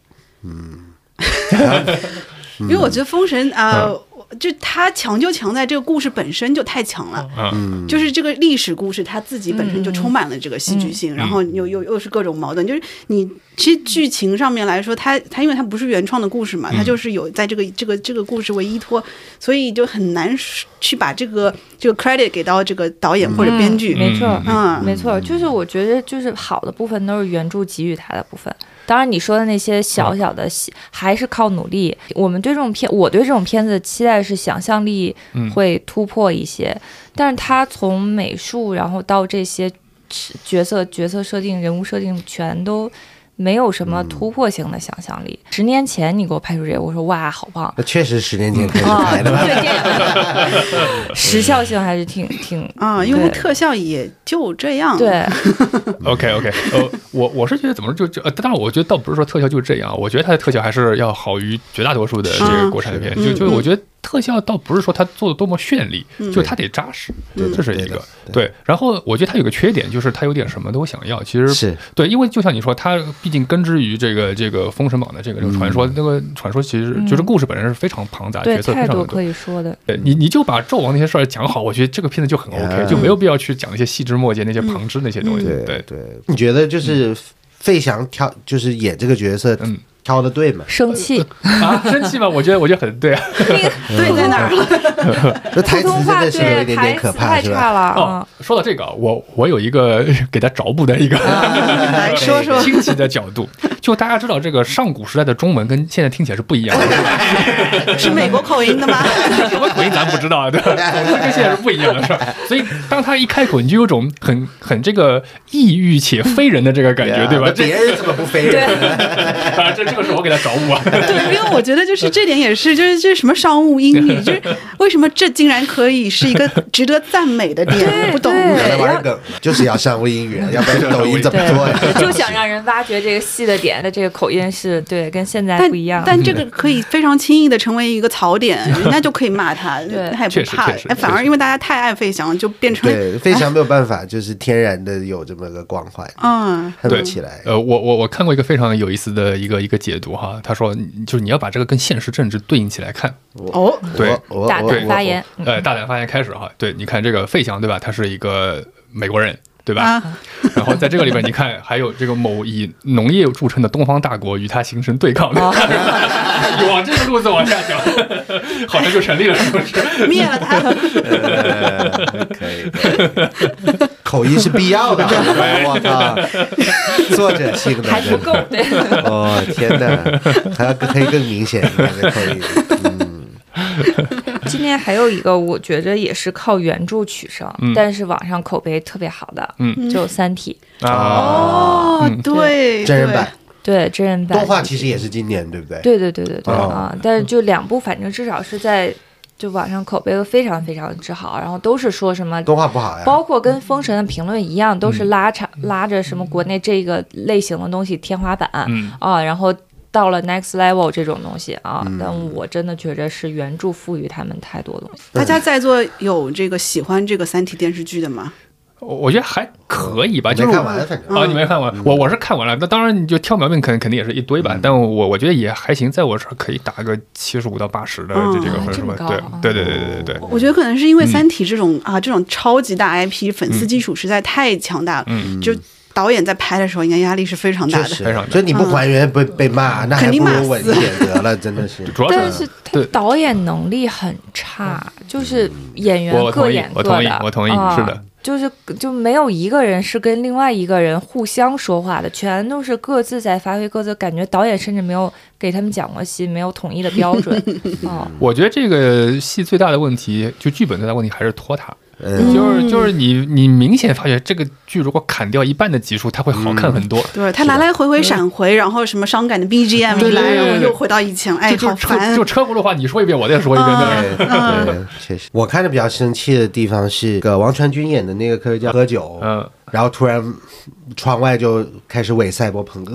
Speaker 5: 因为我
Speaker 4: 嗯
Speaker 5: 觉得《封神》啊，
Speaker 2: 嗯
Speaker 5: 我就他强就强在这个故事本身就太强了，
Speaker 2: 嗯，
Speaker 5: 就是这个历史故事，它自己本身就充满了这个戏剧性，然后又又又是各种矛盾，就是你其实剧情上面来说，它它因为它不是原创的故事嘛，它就是有在这个这个这个故事为依托，所以就很难去把这个这个 credit 给到这个导演或者编剧。
Speaker 6: 没错，
Speaker 5: 嗯
Speaker 6: 没错，就是我觉得就是好的部分都是原著给予他的部分。当然，你说的那些小
Speaker 2: 嗯
Speaker 6: 小的细，还是靠努力。我们对这种片，我对这种片子的期待是想象力
Speaker 2: 嗯
Speaker 6: 会突破一些，但是他从美术，然后到这些角色、角色设定、人物设定，全都没有什
Speaker 2: 嗯
Speaker 6: 么突破性的想象力。十年前你给我拍出这个，我说哇，好棒！
Speaker 4: 那确实十年前开始
Speaker 6: 啊，
Speaker 4: 拍的吧？
Speaker 6: 对这 个时效性还是挺挺
Speaker 5: 啊，因为它
Speaker 6: 对
Speaker 5: 特效也就这
Speaker 2: 嗯
Speaker 5: 样。，
Speaker 6: 对。
Speaker 2: OK OK，呃，我我是觉得怎么说就就呃，当然我觉得倒不是说特效就是这样，我觉得它的特效还是要好于绝大多数的这
Speaker 4: 啊
Speaker 2: 个国产片，
Speaker 4: 嗯
Speaker 2: 就就我觉得特效倒不是说它做的多么绚丽，就它得扎实，这是一
Speaker 4: 嗯对的
Speaker 2: 个对。然后我觉得它有个缺点就是它有点什么都想要，其实
Speaker 4: 是
Speaker 2: 对，因为就像你说，它毕竟根植于这个这个《封神榜》的这个这个传
Speaker 4: 嗯
Speaker 2: 说，那个传说其实就是故事本身是非常庞杂，
Speaker 6: 对，
Speaker 2: 角色非
Speaker 6: 太
Speaker 2: 常
Speaker 6: 多
Speaker 2: 的
Speaker 6: 可以说的。
Speaker 2: 对你你就把纣王那些事儿讲好，我觉得这个片子就很 OK，、就没有必要去讲一些细枝末节那些旁枝那些东西。
Speaker 4: 嗯对
Speaker 2: 对
Speaker 4: 对，你觉得就是费翔跳就是演这个角色
Speaker 2: 嗯，
Speaker 4: 挑的对吗？
Speaker 6: 生气，
Speaker 2: 啊，生气吗？我觉得我觉得很对啊。
Speaker 4: 嗯
Speaker 5: 对在哪儿了？
Speaker 4: 哎这台词
Speaker 6: 普
Speaker 4: 真
Speaker 6: 通话
Speaker 4: 的是有一
Speaker 6: 对
Speaker 4: 点
Speaker 6: 台
Speaker 4: 点
Speaker 6: 词
Speaker 4: 可怕，
Speaker 6: 太
Speaker 4: 是
Speaker 6: 差
Speaker 4: 吧？
Speaker 6: 了。嗯
Speaker 2: 哦，说到这个，我我有一个给他找补的一个
Speaker 5: 来啊说说
Speaker 2: 亲戚的角度，就大家知道这个上古时代的中文跟现在听起来是不一样的，
Speaker 5: 是美国口音的吗？
Speaker 2: 什么口音咱不知道啊，对 吧？总之跟现在是不一样的，是吧？所以当他一开口，你就有种很很这个抑郁且非人的这个感觉， 对吧？这
Speaker 4: 啊别人怎么不飞人？
Speaker 2: 啊，这这个是我给他找补 啊。
Speaker 5: 对，因为我觉得就是这点也是，就是这什么商务英语，就是为什么这竟然可以是一个值得赞美的点，我不懂。
Speaker 6: 对
Speaker 4: 来玩梗，就是要上微英语，要不然抖音怎么做呀？
Speaker 6: 对，就想让人挖掘这个戏的点的这个口音是对，跟现在
Speaker 5: 但
Speaker 6: 不一样。
Speaker 4: 嗯
Speaker 5: 但这个可以非常轻易的成为一个槽点，人家就可以骂他，
Speaker 6: 对
Speaker 5: 他也
Speaker 2: 确
Speaker 5: 不
Speaker 2: 实
Speaker 5: 怕
Speaker 2: 确实。
Speaker 5: 哎，反
Speaker 2: 确
Speaker 5: 而
Speaker 2: 实
Speaker 5: 因为大家太爱费翔，就变成了
Speaker 4: 对，非常没有办法，就是天然的有这么个光环，
Speaker 5: 嗯，
Speaker 4: 看不
Speaker 2: 对
Speaker 4: 起来。
Speaker 2: 呃，我我我看过一个非常有意思的一个一个解读哈，他说你就是你要把这个跟现实政治对应起来看。
Speaker 5: 哦，
Speaker 2: 对
Speaker 4: 我，我
Speaker 6: 大
Speaker 4: 我
Speaker 6: 胆
Speaker 4: 我
Speaker 6: 发言，嗯
Speaker 2: 呃，大胆发言开始哈，对，你看这个费翔对吧？他是一个美国人对吧？
Speaker 5: 啊，
Speaker 2: 然后在这个里边，你看还有这个某以农业著称的东方大国与他形成对抗的，
Speaker 6: 哦
Speaker 2: 往这个路子往下讲，好像就成立了，是不是？
Speaker 5: 灭了他，
Speaker 4: 呃可以，口音是必要的。 我靠，作者性的
Speaker 6: 还不够， 对，
Speaker 4: 哦，天哪，还要可以更明显一点的口 音。嗯，
Speaker 6: 今天还有一个，我觉着也是靠原著取胜，
Speaker 2: 嗯
Speaker 6: 但是网上口碑特别好的，
Speaker 2: 嗯
Speaker 6: 就《三体
Speaker 2: 啊，
Speaker 5: 哦，对，
Speaker 4: 真人版、》，
Speaker 6: 对，真人版
Speaker 4: 动画其实也是今年，对不对？
Speaker 6: 对对对对对、
Speaker 4: 哦
Speaker 6: 啊！但是就两部，反正至少是在就网上口碑都非常非常之好，然后都是说什么。
Speaker 4: 动画不好呀。
Speaker 6: 包括跟《封神》的评论一样，都是拉长
Speaker 4: 嗯
Speaker 6: 拉着什么国内这个类型的东西天花板、
Speaker 2: 嗯
Speaker 6: 啊，然后到了 next level 这种东西啊，
Speaker 4: 嗯
Speaker 6: 但我真的觉着是原著赋予他们太多东西。
Speaker 5: 大
Speaker 2: 嗯
Speaker 5: 家在座有这个喜欢这个《三体》电视剧的吗？
Speaker 2: 我我觉得还可以吧，
Speaker 4: 我
Speaker 2: 就
Speaker 4: 没
Speaker 2: 是
Speaker 4: 看完，反正
Speaker 2: 啊，你没看
Speaker 4: 嗯
Speaker 2: 完，我我是看完了。那当然，你就挑毛病肯肯定也是一堆吧，但我我觉得也还行，在我这儿可以打个七十五到八十的
Speaker 5: 嗯
Speaker 2: 这这个或者
Speaker 6: 哦这
Speaker 2: 什
Speaker 6: 么
Speaker 2: 么，
Speaker 6: 高啊
Speaker 2: 对对对对对对对。
Speaker 5: 我觉得可能是因为《三体》这种、啊，这种超级大 IP，粉丝基础实在太强大了，
Speaker 2: 嗯
Speaker 5: 就导演在拍的时候应该压力是非常大
Speaker 4: 确
Speaker 5: 的。
Speaker 2: 非常
Speaker 4: 实，
Speaker 2: 大
Speaker 4: 就你不还原被被骂，那还
Speaker 5: 肯定
Speaker 4: 不
Speaker 5: 骂
Speaker 4: 如稳一
Speaker 5: 死
Speaker 4: 点得了，真的是。
Speaker 2: 主要
Speaker 6: 但
Speaker 2: 是
Speaker 6: 是他
Speaker 2: 对
Speaker 6: 导演能力很差，
Speaker 4: 嗯
Speaker 6: 就是演员
Speaker 2: 我我
Speaker 6: 各
Speaker 2: 同意
Speaker 6: 演
Speaker 2: 我
Speaker 6: 各的
Speaker 2: 同意我同意
Speaker 6: 啊
Speaker 2: 是的，
Speaker 6: 就是就没有一个人是跟另外一个人互相说话的，全都是各自在发挥各自，感觉导演甚至没有给他们讲过戏，没有统一的标 准。
Speaker 4: 嗯
Speaker 6: 哦，
Speaker 2: 我觉得这个戏最大的问题，就剧本最大的问题还是拖沓。
Speaker 4: 嗯
Speaker 2: 就是就是你你明显发觉这个剧如果砍掉一半的集数，它会好看很多。
Speaker 5: 对他来来回回闪回，然后什么伤感的 BGM 一
Speaker 2: 对对
Speaker 5: 来，
Speaker 2: 对
Speaker 5: 然后
Speaker 2: 对
Speaker 5: 又回到以前，
Speaker 4: 嗯
Speaker 5: 哎，
Speaker 2: 就
Speaker 5: 好
Speaker 2: 就车
Speaker 5: 烦
Speaker 2: 就。车轱辘话，你说一遍，我再说一遍，对吧？
Speaker 4: 对
Speaker 5: 嗯
Speaker 4: 对，确实，我看着比较生气的地方是个王传君演的那个科学家喝酒，
Speaker 2: 嗯，
Speaker 4: 然后突然窗外就开始伪赛博 朋克，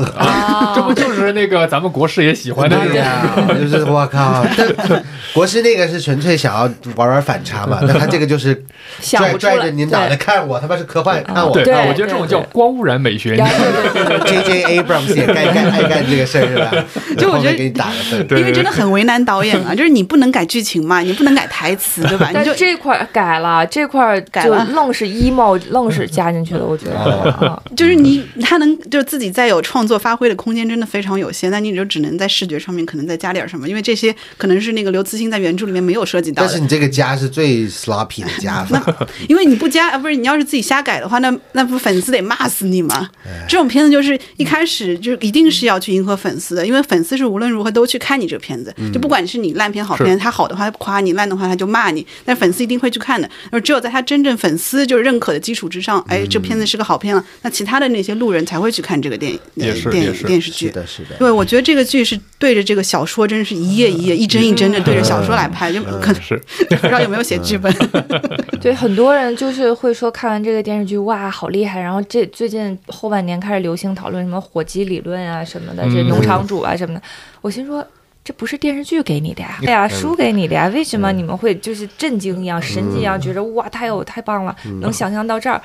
Speaker 2: 这不就是那个咱们国师也喜欢的啊那
Speaker 4: 哎对
Speaker 2: 种？
Speaker 4: 呀，就是我靠，但 国师那个是纯粹想要玩玩反 差嘛，那他这个就是
Speaker 6: 想
Speaker 4: 拽
Speaker 6: 不出
Speaker 4: 拽
Speaker 6: 来
Speaker 4: 着你脑袋
Speaker 6: 对
Speaker 4: 看我，他妈是科幻看我
Speaker 2: 对，
Speaker 6: 对
Speaker 2: 啊我觉得这种叫光污染美学。
Speaker 6: 然后对对对
Speaker 4: ，J
Speaker 6: 对
Speaker 4: J Abrams 也干干爱干这个事儿是吧？
Speaker 5: 就我觉得
Speaker 4: 然后给你打个分，
Speaker 2: 对
Speaker 5: 因为真的很为难导演 啊，就是你不能改剧情嘛，你不能改台词，对吧？你
Speaker 6: 但
Speaker 5: 就
Speaker 6: 这块儿改了，这块儿
Speaker 5: 改
Speaker 6: 就
Speaker 5: 了
Speaker 6: 愣是 emo，愣是加进去的，我觉得。啊
Speaker 5: 就是你他能就是自己再有创作发挥的空间，真的非常有限。那你就只能在视觉上面可能再加点什么，因为这些可能是那个刘慈欣在原著里面没有涉及到
Speaker 4: 但
Speaker 5: 的。
Speaker 4: 是你这个加是最 sloppy 的加法，
Speaker 5: 因为你不加，啊不是你要是自己瞎改的话，那那不粉丝得骂死你吗？
Speaker 2: 哎
Speaker 5: 这种片子就是一开始就一定是要去迎合粉丝的，因为粉丝是无论如何都去看你这个片子，就不管是你烂片好片，
Speaker 2: 嗯是
Speaker 5: 他好的话他夸你，烂的话他就骂你，但粉丝一定会去看的。而只有在他真正粉丝就是认可的基础之上，哎，这
Speaker 2: 嗯
Speaker 5: 片子是个好片了，那其他的那些路人才会去看这个电影、呃
Speaker 2: 也是
Speaker 5: 电
Speaker 2: 也
Speaker 5: 影
Speaker 2: 是、
Speaker 5: 电视
Speaker 4: 是
Speaker 5: 剧。
Speaker 4: 的，是的。
Speaker 5: 对，我觉得这个剧是对着这个小说，真的是一页一页、一帧一帧的对着小说来拍，就可能
Speaker 2: 是
Speaker 5: 不知道有没有写剧本。
Speaker 2: 嗯
Speaker 6: 对，很多人就是会说看完这个电视剧，哇，好厉害！然后这最近后半年开始流行讨论什么火鸡理论啊什么的，这农场主啊什么的，我心说。这不是电视剧给你的呀，哎呀，书给你的呀，为什么你们会就是震惊一样、神经一样，觉着哇，太有太棒了，能想象到这儿？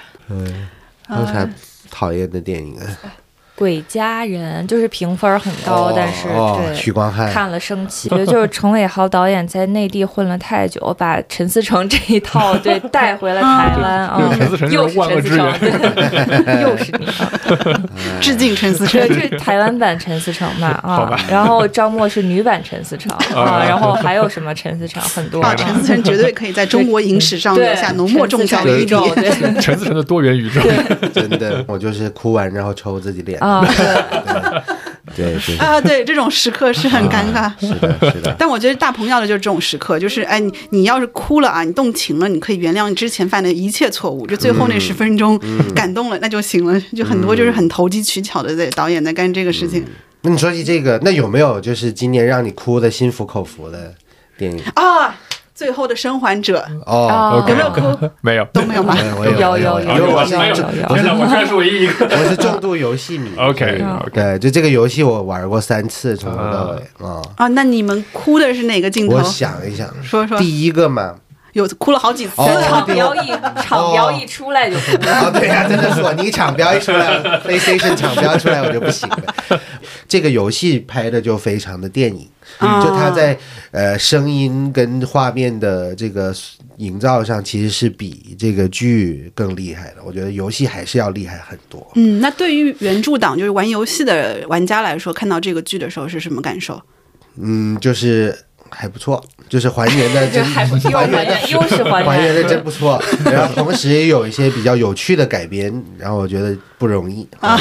Speaker 4: 还有啥讨厌的电影啊？
Speaker 6: 鬼家人》，就是评分很高，但是
Speaker 4: 哦
Speaker 6: 对
Speaker 4: 许光
Speaker 5: 哎
Speaker 4: 汉
Speaker 6: 看了生气，觉得就是陈伟豪导演在内地混了太久，把陈思诚这一 套对带回了台湾啊
Speaker 2: 对，陈思诚就是
Speaker 6: 又是
Speaker 2: 万恶
Speaker 6: 陈
Speaker 2: 之
Speaker 6: 思诚，对又是你，啊
Speaker 5: 致敬陈思诚
Speaker 6: 这。这是台湾版陈思诚吧
Speaker 2: 好
Speaker 6: 啊
Speaker 2: 吧，
Speaker 6: 然后张默是女版陈 思诚啊，然后还有什么陈思诚很多
Speaker 5: 啊，陈思诚绝对可以在中国影史上
Speaker 6: 对
Speaker 5: 留下浓墨重彩的
Speaker 6: 陈
Speaker 5: 一
Speaker 6: 思诚
Speaker 5: 笔
Speaker 6: 宇。宙 对
Speaker 2: 陈思诚的多元宇宙，
Speaker 4: 真的，我就是哭完然后抽自己 脸。
Speaker 5: 哦
Speaker 6: 啊，对
Speaker 4: 对对，
Speaker 5: 啊，对，这种时刻是很尴尬。
Speaker 4: 是的，是 的。
Speaker 5: 但我觉得大鹏要的就是这种时刻，就是哎，你你要是哭了啊，你动情了，你可以原谅你之前犯的一切错误，就最后那十分钟
Speaker 4: 嗯
Speaker 5: 感动了，那就行了。就很多就是很投机取巧的在导演在干这个事情
Speaker 4: 那你说起这个，那有没有就是今年让你哭的心服口服的电影？
Speaker 5: 啊。最后的生还者
Speaker 4: 哦，
Speaker 6: 啊
Speaker 5: 有没有 哭？
Speaker 2: 没有。
Speaker 5: 都没有吧？
Speaker 4: 我有，我
Speaker 6: 有
Speaker 4: 因
Speaker 6: 有
Speaker 2: 啊
Speaker 4: 为
Speaker 6: 有
Speaker 4: 我
Speaker 6: 有
Speaker 4: 像
Speaker 6: 有
Speaker 4: 这
Speaker 6: 有有
Speaker 4: 我
Speaker 2: 天
Speaker 4: 是
Speaker 2: 哪，我居然是唯一一个。
Speaker 4: 我是重度游戏迷。
Speaker 2: OK，
Speaker 4: 对，就这个游戏我玩过三次，从头到尾啊。
Speaker 5: 啊，那你们哭的是哪个镜头
Speaker 4: 我？想一想，
Speaker 6: 嗯
Speaker 5: 说说，
Speaker 4: 第一个嘛，
Speaker 5: 有哭了好几次。
Speaker 4: 哦
Speaker 6: 场标一场标一出来就
Speaker 5: 哦
Speaker 6: 哭 了。
Speaker 4: 啊，对呀、真的索尼厂标一出来，PlayStation 厂标出来，我就不行了。这个游戏拍的就非常的电影，嗯
Speaker 5: 啊
Speaker 4: 就它在呃声音跟画面的这个营造上，其实是比这个剧更厉害的。我觉得游戏还是要厉害很多。
Speaker 5: 嗯，那对于原著党，就是玩游戏的玩家来说，看到这个剧的时候是什么感受？
Speaker 4: 嗯，就是还不错，就是还原的
Speaker 6: 这
Speaker 4: 真
Speaker 6: 还不又还
Speaker 4: 还原
Speaker 5: 哦
Speaker 4: 的
Speaker 6: 原，又是还
Speaker 4: 还原
Speaker 6: 原
Speaker 4: 的真不错，然后同时也有一些比较有趣的改编，然后我觉得不容易啊，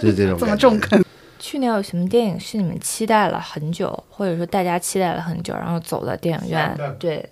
Speaker 4: 就是这种
Speaker 5: 这
Speaker 4: 感
Speaker 5: 么
Speaker 4: 觉
Speaker 5: 中肯？
Speaker 6: 去年有什么电影是你们期待了很久，或者说大家期待了很久，然后走了电影院
Speaker 4: Slam Dunk，
Speaker 6: 对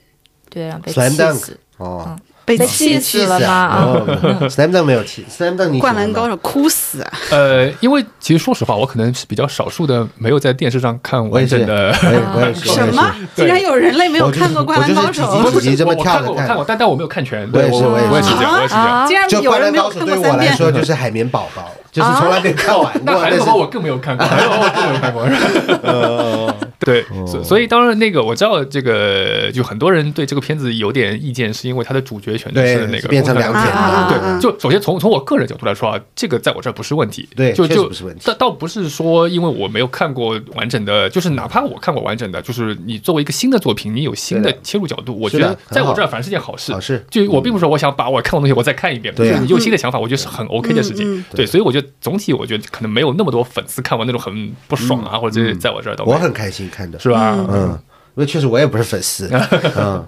Speaker 6: 对，然后被
Speaker 4: Slam
Speaker 6: 气
Speaker 4: Dunk
Speaker 6: 死，
Speaker 4: 哦，
Speaker 5: 被
Speaker 6: 被
Speaker 5: 气
Speaker 6: 气
Speaker 5: 死
Speaker 6: 死
Speaker 5: 了！
Speaker 6: 了吗？啊，
Speaker 4: 哦，Slam Dunk 没有气，Slam Dunk 你喜
Speaker 5: 灌
Speaker 4: 欢
Speaker 5: 篮
Speaker 4: 吗
Speaker 5: 高手哭死啊！
Speaker 2: 呃，因为其实说实话，我可能是比较少数的没有在电视上看
Speaker 4: 我也
Speaker 2: 完
Speaker 4: 是，
Speaker 2: 整的。
Speaker 4: 我也我也是，我
Speaker 5: 什
Speaker 4: 也是
Speaker 5: 么？竟然有人类没有
Speaker 4: 我就
Speaker 5: 看过《灌篮高手
Speaker 4: 我》就是几集几集这么
Speaker 2: 哦我
Speaker 4: 跳
Speaker 2: 看
Speaker 4: 着
Speaker 2: 过，我看
Speaker 4: 看
Speaker 2: 过，。但但我没有看全。
Speaker 4: 我也
Speaker 2: 对，
Speaker 4: 是
Speaker 2: 我
Speaker 4: 我也是
Speaker 2: 也是这样，我也是这样。
Speaker 6: 啊
Speaker 5: 竟然
Speaker 4: 就《
Speaker 5: 有
Speaker 4: 灌
Speaker 5: 人
Speaker 4: 篮
Speaker 5: 没有
Speaker 4: 高手》
Speaker 5: 看
Speaker 4: 对
Speaker 5: 过
Speaker 4: 我
Speaker 5: 三
Speaker 4: 来
Speaker 5: 遍。啊
Speaker 4: 说就是海绵宝宝，就是从来没看完过，
Speaker 2: 那孩
Speaker 4: 但
Speaker 2: 子
Speaker 4: 是
Speaker 2: 和我更没有看过，还有我更没有看过。
Speaker 4: 呃
Speaker 2: 对，所所
Speaker 4: 哦
Speaker 2: 以当然那个我知道这个，就很多人对这个片子有点意见，是因为它的主角全都是
Speaker 4: 对
Speaker 2: 那个
Speaker 4: 变成两
Speaker 5: 啊
Speaker 4: 舔
Speaker 5: 啊
Speaker 4: 了
Speaker 5: 啊
Speaker 4: 对
Speaker 5: 啊
Speaker 2: 对，就首先从从我个人角度来说啊，这个在我这儿不是问题，
Speaker 4: 对
Speaker 2: 就
Speaker 4: 确实
Speaker 2: 就
Speaker 4: 不是问题
Speaker 2: 倒倒不是说因为我没有看过完整的，就是哪怕我看过完整的，就是你作为一个新的作品，你有新
Speaker 4: 对
Speaker 2: 的
Speaker 4: 的
Speaker 2: 切入角度，我
Speaker 4: 是
Speaker 2: 觉
Speaker 4: 的
Speaker 2: 得在
Speaker 4: 很好
Speaker 2: 我这儿反而是件好事。
Speaker 4: 好事嗯
Speaker 2: 就我并不是说我想把我看过的东西我再看一遍，
Speaker 4: 对啊
Speaker 2: 就是你有新的想法，我觉得是很 OK 的事
Speaker 5: 嗯
Speaker 2: 情
Speaker 5: 嗯。
Speaker 4: 对
Speaker 2: 对，所以我觉得总体我觉得可能没有那么多粉丝看完那种很不爽啊，或者是在我这儿倒没
Speaker 4: 嗯我
Speaker 2: 有
Speaker 4: 很开心看的，
Speaker 2: 是吧？
Speaker 4: 嗯，因为确实我也不是 粉丝，嗯，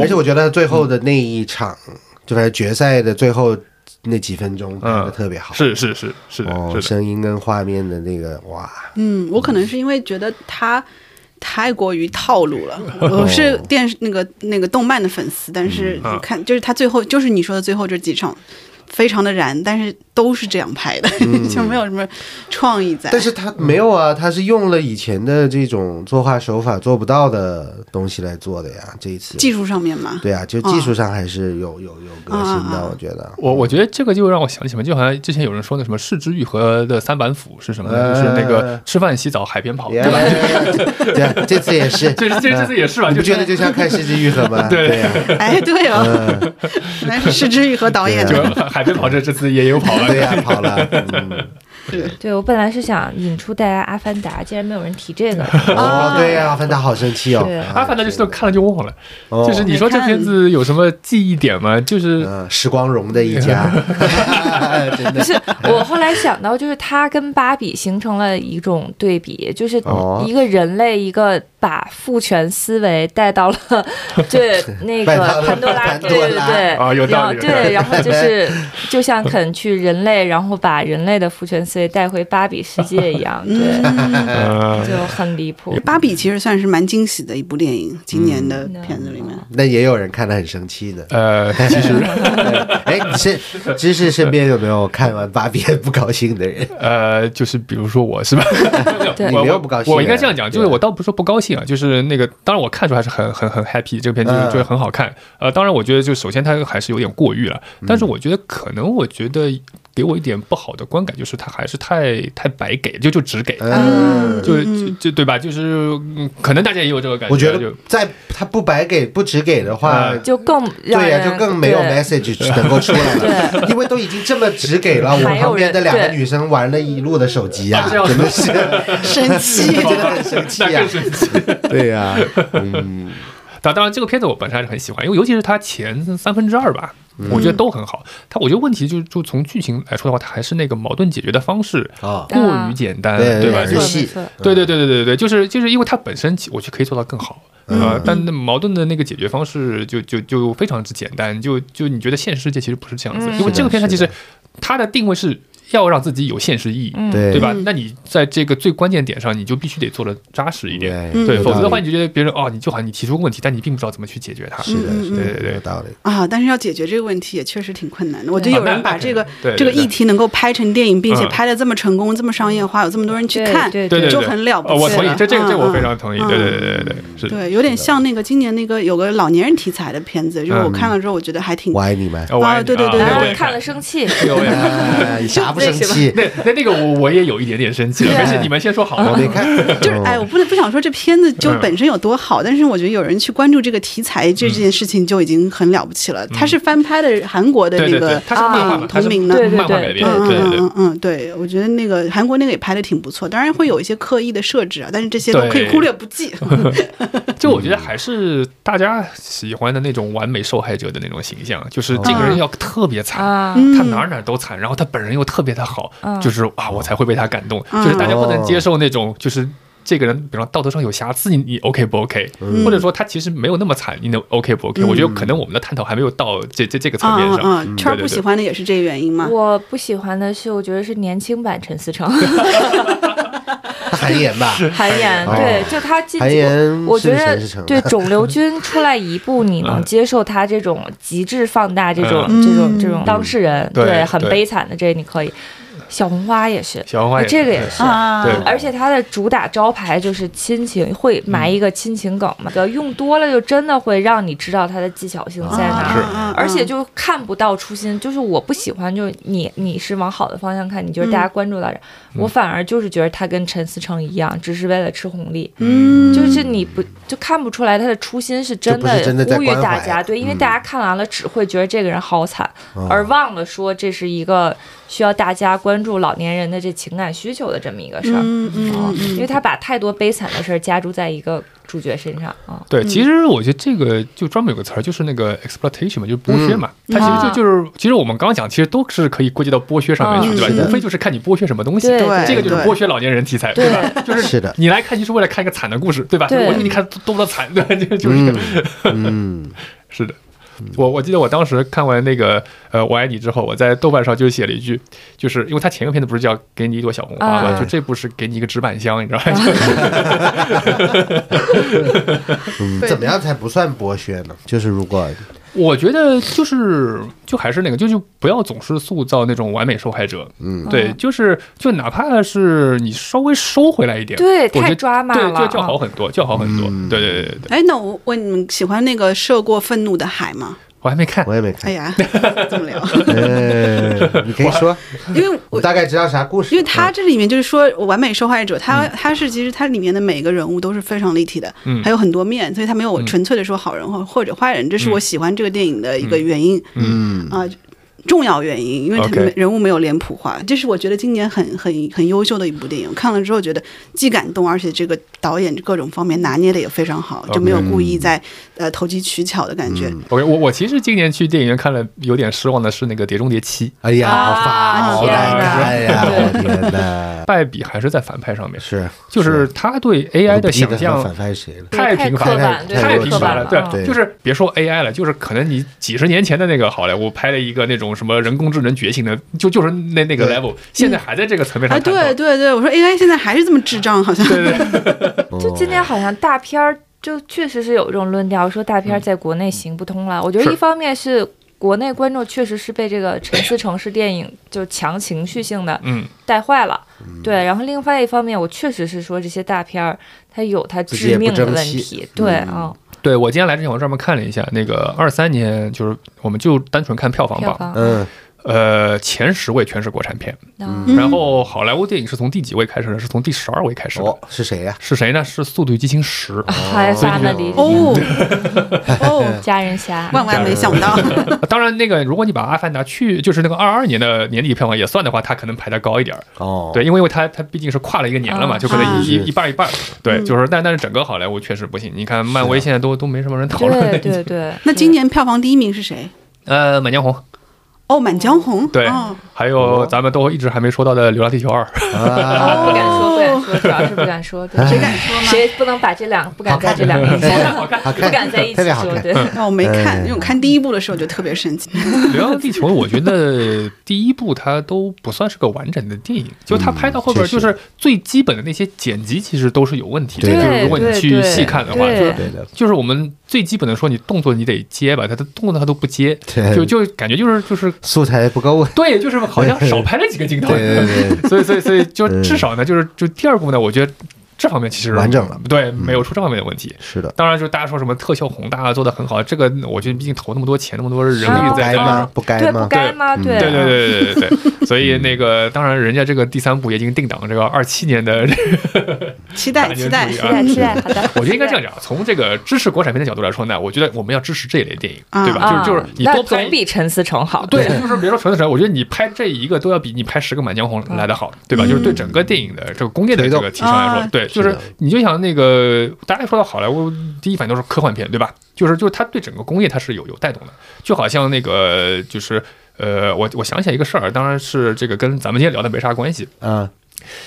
Speaker 4: 而且我觉得最后的那一场，就反正决赛的最后那几分钟拍的特别好，
Speaker 2: 嗯是是是是的，
Speaker 4: 哦，
Speaker 2: 是的。
Speaker 4: 声音跟画面的那个哇，
Speaker 5: 嗯，我可能是因为觉得他太过于套路了。我
Speaker 4: 哦
Speaker 5: 是电视那个那个动漫的粉丝，但是
Speaker 2: 嗯
Speaker 4: 啊
Speaker 5: 你看，就是他最后就是你说的最后这几场，非常的燃，但是都是这样拍的，
Speaker 4: 嗯
Speaker 5: 就没有什么创意在。
Speaker 4: 但是他没有啊，他是用了以前的这种作画手法做不到的东西来做的呀，这一次，
Speaker 5: 技术上嗯面嘛，
Speaker 4: 对啊，就技术上还是有有有革新
Speaker 5: 啊啊
Speaker 4: 的，
Speaker 5: 啊
Speaker 4: 我觉得。
Speaker 2: 我我觉得这个就让我想起什么，就好像之前有人说那什么市之愈合的三板斧是什么呢？就是那
Speaker 4: 呃
Speaker 2: 个吃饭、洗澡、海边跑，
Speaker 4: 耶
Speaker 2: 对吧？
Speaker 4: 对啊，这次也是，
Speaker 2: 哦这这这次也是吧？
Speaker 4: 哎你
Speaker 2: 就
Speaker 4: 不觉得
Speaker 2: 是
Speaker 4: 就像看《世纪愈合》吗？
Speaker 2: 对
Speaker 4: 呀，
Speaker 5: 哎，对
Speaker 2: 嗯
Speaker 5: 哦，原来是石之予和导演
Speaker 4: 对
Speaker 5: 的。
Speaker 2: 就海海边跑这这次也有跑了，
Speaker 4: 对呀，跑了，嗯，
Speaker 6: 对我本来是想引出大家《阿凡达》，竟然没有人提这个，
Speaker 5: 啊
Speaker 4: 哦，对呀，阿凡达好生气哦
Speaker 6: 对，
Speaker 4: 啊
Speaker 2: 阿凡达就是都看了就忘了，
Speaker 4: 哦
Speaker 2: 就是你说这片子有什么记忆点吗？就是
Speaker 4: 嗯，时光荣的 一家，真
Speaker 6: 不
Speaker 4: 的
Speaker 6: 是，我后来想到，就是它跟芭比形成了一种对比，就是
Speaker 4: 哦
Speaker 6: 一个人类，一个把父权思维带 到了这那
Speaker 4: 带到
Speaker 6: 个
Speaker 4: 了
Speaker 6: 潘多拉，
Speaker 4: 潘
Speaker 6: 对
Speaker 4: 多拉
Speaker 6: 对对，
Speaker 2: 啊有道理
Speaker 6: 然
Speaker 2: 有道理
Speaker 6: 后对，然后 就是就像肯去人类，然后把人类的父权思维带回芭比世界一样，对，
Speaker 4: 嗯哎
Speaker 2: 呃
Speaker 6: 就很离谱。
Speaker 5: 芭比其实算是蛮惊喜的一部电影，今年的
Speaker 2: 嗯
Speaker 5: 片子里 面，
Speaker 4: 那也有人看得很生气的。
Speaker 2: 呃，其实
Speaker 4: 哎，你 是知识身边有没有看完《芭比》不高兴的人？
Speaker 2: 呃，就是比如说我是吧？
Speaker 6: 对
Speaker 4: 你
Speaker 2: 我
Speaker 4: 没有
Speaker 2: 我
Speaker 4: 不高兴
Speaker 2: 我应该
Speaker 4: 的
Speaker 2: 这样讲，
Speaker 4: 对
Speaker 2: 就是我倒不是说不高兴啊，就是那个，当然我看出还是很很很 happy，这个片子就是
Speaker 4: 嗯嗯
Speaker 2: 觉得很好看。呃，当然我觉得就首先它还是有点过誉了，但是我觉得可能我觉得给我一点不好的观感，就是它还是太太白给，就就只给，
Speaker 4: 嗯，
Speaker 2: 就就就对吧？就是、嗯可能大家也有这个感
Speaker 4: 我觉
Speaker 2: 就
Speaker 4: 得在他不白给不只给的话，
Speaker 2: 嗯
Speaker 6: 就更让
Speaker 4: 对呀、
Speaker 6: 人
Speaker 4: 就更没有
Speaker 6: 对
Speaker 4: message 能够出来了，因为都已经这么只给了我
Speaker 6: 还
Speaker 4: 旁
Speaker 6: 有人
Speaker 4: 边的两个
Speaker 6: 对
Speaker 4: 女生玩了一路的手机啊，
Speaker 2: 这样
Speaker 4: 真的是，
Speaker 5: 生 气
Speaker 4: 真的很生气
Speaker 2: 那
Speaker 4: 啊
Speaker 2: 更，生气。
Speaker 4: 对呀、 嗯，
Speaker 2: 当当然，这个片子我本身还是很喜欢，因为尤其是它前三分之二吧，我觉得都很好。它我觉得问题就就从剧情来说的话，它还是那个矛盾解决的方式
Speaker 4: 啊
Speaker 2: 过于简单，
Speaker 4: 对
Speaker 2: 对吧？
Speaker 4: 对
Speaker 2: 就是
Speaker 6: 没错嗯没
Speaker 4: 戏
Speaker 6: 错
Speaker 2: 对对对对对对对，就是就是因为它本身其我觉得可以做到更好。呃，但那矛盾的那个解决方式就就就非常之简单，就就你觉得现实世界其实不是这样子，因为这个片它其实它的定位是要让自己有现实意义，
Speaker 6: 嗯
Speaker 4: 对
Speaker 2: 对吧？那你在这个最关键点上，你就必须得做的扎实一点，
Speaker 6: 嗯
Speaker 2: 对，
Speaker 4: 对嗯有
Speaker 2: 否则的
Speaker 4: 道
Speaker 2: 话，
Speaker 4: 理
Speaker 2: 你就觉得别人哦，你就好像你提出个问题，但你并不知道怎么去解决它。
Speaker 4: 是的，是
Speaker 6: 嗯
Speaker 4: 的
Speaker 2: 对对
Speaker 4: 有
Speaker 2: 对，
Speaker 4: 道理。
Speaker 5: 啊！但是要解决这个问题也确实挺困难的。我觉得有人把这个
Speaker 2: 对对
Speaker 5: 这个
Speaker 2: 对
Speaker 5: 议题能够拍成电影，并且
Speaker 2: 嗯
Speaker 5: 拍的这么成功、这么商业化，有这么多人去
Speaker 6: 对
Speaker 5: 看，
Speaker 6: 对
Speaker 2: 对对对，
Speaker 5: 就很了不
Speaker 2: 哦我
Speaker 5: 起
Speaker 2: 同意
Speaker 5: 了，
Speaker 2: 这这个这个我非
Speaker 5: 嗯
Speaker 2: 常同意。
Speaker 5: 嗯
Speaker 2: 对对对对对，是的。嗯
Speaker 5: 对，有点像那个今年那个有个老年人题材的片子，就是我看了之后，我觉得还挺
Speaker 4: 我爱你们，
Speaker 2: 哦我也
Speaker 5: 啊对对对
Speaker 2: 啊
Speaker 5: 对
Speaker 2: 我
Speaker 6: 啊
Speaker 2: 也
Speaker 6: 看了生气，
Speaker 2: 这个我也看
Speaker 4: 哎你啥不生 气？
Speaker 2: 那那那个我我也有一点点生气了，没事，你们先说好
Speaker 5: 哦
Speaker 4: 我
Speaker 2: 了。
Speaker 4: 没看，
Speaker 5: 就是哎，我不能不想说这片子就
Speaker 2: 嗯
Speaker 5: 本身有多好，但是我觉得有人去关注这个题材这件事情就已经很了不起了。它是翻拍的韩国
Speaker 2: 嗯
Speaker 5: 的
Speaker 2: 对
Speaker 5: 那
Speaker 2: 对对
Speaker 5: 个，
Speaker 2: 它是漫画
Speaker 5: 嗯
Speaker 2: 嘛，它
Speaker 5: 同
Speaker 2: 是
Speaker 5: 名的。
Speaker 6: 对对
Speaker 2: 漫画
Speaker 6: 对
Speaker 2: 改编，
Speaker 5: 嗯
Speaker 2: 对
Speaker 5: 嗯
Speaker 2: 对。
Speaker 5: 嗯嗯，对，我觉得那个韩国那个也拍的挺不错，当然会有一些刻意的设置啊，但是这些都可以
Speaker 2: 对
Speaker 5: 忽略不 计。
Speaker 2: 就我觉得还是大家喜欢的那种完美受害者的那种形象，就是这个人要特别惨，
Speaker 6: 啊
Speaker 2: 他哪儿哪儿都惨，然后他本人又特别的好，
Speaker 5: 嗯
Speaker 2: 就是啊，我才会被他感动。就是大家不能接受那种就是。这个人，比方道德上有瑕疵，你你 OK 不 OK？、或者说他其实没有那么惨，你能 OK 不 OK？、我觉得可能我们的探讨还没有到这这这个层
Speaker 5: 啊
Speaker 2: 面上。嗯
Speaker 5: 啊啊！圈儿
Speaker 2: 对对
Speaker 5: 不喜
Speaker 2: 对
Speaker 5: 欢的也是这个原因嘛。
Speaker 6: 我不喜欢的是，我觉得是年轻版陈 思诚，
Speaker 4: 他韩岩吧，
Speaker 6: 韩岩，
Speaker 4: 哦
Speaker 6: 对，就他近
Speaker 4: 韩
Speaker 6: 几
Speaker 4: 岩
Speaker 6: 部，我
Speaker 4: 是
Speaker 6: 觉得
Speaker 4: 陈思诚
Speaker 6: 对肿瘤君出来一部，你能
Speaker 2: 嗯
Speaker 6: 接受他这种极致放大这种
Speaker 5: 嗯
Speaker 6: 这种这种当事人，
Speaker 2: 对
Speaker 6: 对，很
Speaker 2: 对
Speaker 6: 悲惨的这你可以。小红花也是，呃
Speaker 2: 小红花也是
Speaker 6: 这个也是。
Speaker 5: 啊
Speaker 2: 对
Speaker 6: 而且它的主打招牌就是亲情，会
Speaker 2: 嗯
Speaker 6: 埋一个亲情梗嘛？用多了就真的会让你知道它的技巧性在
Speaker 2: 啊
Speaker 5: 啊
Speaker 6: 哪儿。而
Speaker 4: 嗯
Speaker 6: 且就看不到初心，就是我不喜欢，就是你你是往好的方向看，你就是
Speaker 4: 嗯
Speaker 6: 大家关注到这儿，我反而就是觉得他跟陈思诚一样，只是为了吃红利，
Speaker 5: 嗯，
Speaker 6: 就是你不就看不出来他的初心是真
Speaker 4: 就不是真的在
Speaker 6: 呼吁
Speaker 4: 关怀嗯哦
Speaker 6: 大家，对，因为大家看完了只会觉得这个人好惨，而忘了说这是一个需要大家关注老年人的这情感需求的这么一个事儿，
Speaker 5: 嗯嗯
Speaker 6: 啊
Speaker 5: 嗯嗯
Speaker 6: 因为他把太多悲惨的事儿加注在一个主角身上啊，
Speaker 2: 对，其实我觉得这个就专门有个词儿，就是那个 exploitation 嘛，就是剥削嘛。
Speaker 5: 嗯
Speaker 2: 它其实
Speaker 6: 啊
Speaker 2: 就就是，其实我们刚刚讲，其实都是可以归结到剥削上面去，
Speaker 6: 嗯
Speaker 2: 对
Speaker 5: 是
Speaker 2: 吧？
Speaker 5: 的
Speaker 2: 无非就是看你剥削什么东西。
Speaker 6: 对
Speaker 5: 对
Speaker 2: 这个就是
Speaker 5: 对
Speaker 2: 剥削老年人题材，
Speaker 6: 对
Speaker 2: 吧？ 就是
Speaker 4: 是的
Speaker 2: 你来看就是为了看一个惨的故事，对吧？
Speaker 6: 对
Speaker 2: 我给你看多么惨，对吧， 就就是这个，
Speaker 4: 嗯，
Speaker 2: 是的。
Speaker 5: 嗯
Speaker 2: 我我记得我当时看完那个呃《我爱你》之后，我在豆瓣上就写了一句，就是因为他前个片子不是叫《给你一朵小红花》
Speaker 6: 啊
Speaker 2: 嘛，就这部是给你一个纸板箱，你知道吧？
Speaker 4: 嗯
Speaker 5: 对
Speaker 4: 怎么样才不算剥削呢？就是如果
Speaker 2: 我觉得就是就还是那个，就就不要总是塑造那种完美受害者。嗯，对，就是就哪怕是你稍微收回来一点，
Speaker 6: 对
Speaker 2: 我觉得
Speaker 6: 太抓马
Speaker 2: 对，
Speaker 6: 了
Speaker 2: 就就好很多，就好很多。对对对对对，
Speaker 5: 哎，那我问你们喜欢那个涉过愤怒的海吗？
Speaker 2: 我还没看
Speaker 4: 我也没
Speaker 5: 哎
Speaker 4: 看，
Speaker 5: 呀， 怎么聊？
Speaker 4: 呃，你可以说，
Speaker 5: 因为
Speaker 4: 我
Speaker 5: 我
Speaker 4: 大概知道啥故事，
Speaker 5: 因为
Speaker 2: 嗯
Speaker 5: 它这里面就是说完美受害者，他他是其实它里面的每个人物都是非常立体的，
Speaker 2: 嗯
Speaker 5: 还有很多面，所以他没有纯粹的说好人或或者坏人，
Speaker 2: 嗯
Speaker 5: 这是我喜欢这个电影的一个原因，嗯啊。重要原因，因为它
Speaker 2: OK
Speaker 5: 人物没有脸谱化，这是我觉得今年很很很优秀的一部电影。看了之后觉得既感动，而且这个导演各种方面拿捏的也非常好，就没有故意在呃投机取巧的感觉。
Speaker 2: OK，我我其实今年去电影院看了，有点失望的是那个《碟中谍七》，
Speaker 4: 哎呀，
Speaker 6: 啊
Speaker 4: 好发，好
Speaker 6: 天
Speaker 4: 难
Speaker 6: 哪
Speaker 4: 看呀！
Speaker 6: 对
Speaker 4: 我天哪，
Speaker 2: 败笔还是在反派上面，
Speaker 4: 是
Speaker 2: 就是他对 AI 的想象
Speaker 4: 我不记得他反派是谁了？
Speaker 2: 太
Speaker 6: 太
Speaker 2: 频
Speaker 6: 刻
Speaker 2: 繁了，
Speaker 6: 板，对
Speaker 2: 太
Speaker 6: 刻
Speaker 2: 频繁
Speaker 6: 板
Speaker 2: 了，
Speaker 6: 啊
Speaker 4: 对
Speaker 2: 就是别说 AI 了，就是可能你几十年前的那个好莱坞拍了一个那种什么人工智能觉醒的，就就是那那个
Speaker 4: 对
Speaker 2: level，现在还在这个层面
Speaker 5: 啊，
Speaker 2: 上探讨。
Speaker 5: 对对对，我说 AI 现在还是这么智障，好像。
Speaker 2: 对对，
Speaker 4: 哦
Speaker 6: 就今年好像大片儿，就确实是有这种论调，说大
Speaker 4: 嗯
Speaker 6: 片儿在国内行不通了。我觉得
Speaker 2: 是
Speaker 6: 一方面是国内观众确实是被这个陈思诚式电影就强情绪性的
Speaker 2: 嗯，
Speaker 6: 带坏了，
Speaker 4: 嗯
Speaker 6: 对。然后另外一方面，我确实是说这些大片儿它有它
Speaker 4: 自己也
Speaker 6: 致
Speaker 4: 不
Speaker 6: 命的
Speaker 4: 争
Speaker 6: 问
Speaker 4: 气嗯
Speaker 6: 题，对啊，
Speaker 2: 对我今天来之前我专门看了一下那个二三年，就是我们就单纯看票房
Speaker 6: 票
Speaker 2: 榜，
Speaker 6: 房
Speaker 4: 嗯，
Speaker 2: 呃，前十位全是国产片，
Speaker 6: 那
Speaker 5: 嗯
Speaker 2: 然后好莱坞电影是从第几位开始呢？是从第十二位开始的。
Speaker 4: 哦，是谁呀？
Speaker 2: 是谁呢？是《速度与激情十》
Speaker 6: Hi Family
Speaker 5: 哦 哦，
Speaker 6: 家人侠，
Speaker 5: 万万没想到，
Speaker 2: 当然，那个如果你把《阿凡达》去就是那个二二年的年底票房也算的话，它可能排得高一点儿。
Speaker 4: 哦，
Speaker 2: 对，因为因为它它毕竟是跨了一个年了嘛，
Speaker 6: 啊
Speaker 2: 就可能一
Speaker 4: 是
Speaker 2: 一一半儿一半儿。对，
Speaker 6: 嗯
Speaker 2: 就是但但是整个好莱坞确实不行。你看漫
Speaker 4: 啊
Speaker 2: 威现在都都没什么人讨论了
Speaker 6: 对
Speaker 2: 已经。
Speaker 6: 对 对。
Speaker 5: 那 今年票房第一名是谁？
Speaker 2: 呃，《满江红》
Speaker 5: 哦，《满江红》
Speaker 2: 对
Speaker 5: 哦，
Speaker 2: 还
Speaker 4: 嗯
Speaker 2: 有咱们都一直还没说到的《流浪地球二》，
Speaker 4: 啊
Speaker 6: 哦不敢说，不敢说，主要是不 敢说。对
Speaker 5: 谁敢说吗
Speaker 6: 谁不能把这两不敢在这两个一起说，
Speaker 4: 好
Speaker 6: 不敢
Speaker 4: 看，
Speaker 6: 在一起
Speaker 4: 特别好
Speaker 6: 说，
Speaker 4: 看。
Speaker 6: 对，
Speaker 5: 哦那我没看，
Speaker 4: 哎
Speaker 5: 因为我看第一部的时候就特别生气。
Speaker 2: 《流浪地球》，我觉得第一部它都不算是个完整的电影，就它拍到后边
Speaker 4: 嗯确实
Speaker 2: 就是最基本的那些剪辑，其实都是有问题的。
Speaker 4: 对
Speaker 2: 就是如果你
Speaker 6: 对
Speaker 2: 去
Speaker 6: 对
Speaker 2: 细看的话，
Speaker 6: 对
Speaker 2: 就
Speaker 4: 对的，
Speaker 2: 就是我们最基本的说，你动作你得接吧，他的动作他都不接，
Speaker 4: 对
Speaker 2: 就就感觉就是 就是
Speaker 4: 素材 不够。
Speaker 2: 对，就是好像少拍了几个镜头。
Speaker 4: 对对 对，
Speaker 2: 所以所以 所以就
Speaker 4: 嗯
Speaker 2: 至少呢，就是就第二部呢，我觉得这方面其实
Speaker 4: 完整了，嗯
Speaker 2: 对，没有出这方面的问题。
Speaker 4: 是的，
Speaker 2: 当然，就是大家说什么特效宏大做的很好，这个我觉得毕竟投那么多钱，那么多人
Speaker 6: 是啊
Speaker 2: 力
Speaker 4: 不
Speaker 2: 在
Speaker 4: 该
Speaker 2: 那
Speaker 4: 吗
Speaker 2: 儿。？
Speaker 4: 不该
Speaker 6: 对不
Speaker 4: 吗？嗯
Speaker 6: 该吗？对
Speaker 2: 对
Speaker 6: 对
Speaker 2: 对对对对对 对，所以那个当然，人家这个第三部也已经定档，这个二七年 的，
Speaker 5: 期待期待，
Speaker 2: 期，
Speaker 6: 期待期待，好的
Speaker 2: 我觉得应该这样讲。从这个支持国产片的角度来说呢，我觉得我们要支持这一类电影，对吧？
Speaker 6: 啊，
Speaker 2: 就是就是你
Speaker 6: 那
Speaker 2: 多拍
Speaker 6: 总比陈思诚好，
Speaker 2: 对，就是别说纯的神，我觉得你拍这一个都要比你拍十个《满江红》来的好，对吧？就是对整个电影的这个工业的这个提升来说
Speaker 5: 啊，
Speaker 2: 对，嗯就是你就想那个大家说到好莱坞，第一反应都是科幻片，对吧？就是就是它对整个工业它是有有带动的，就好像那个就是。呃，我我想起来一个事儿，当然是这个跟咱们今天聊的没啥关系，
Speaker 4: 嗯，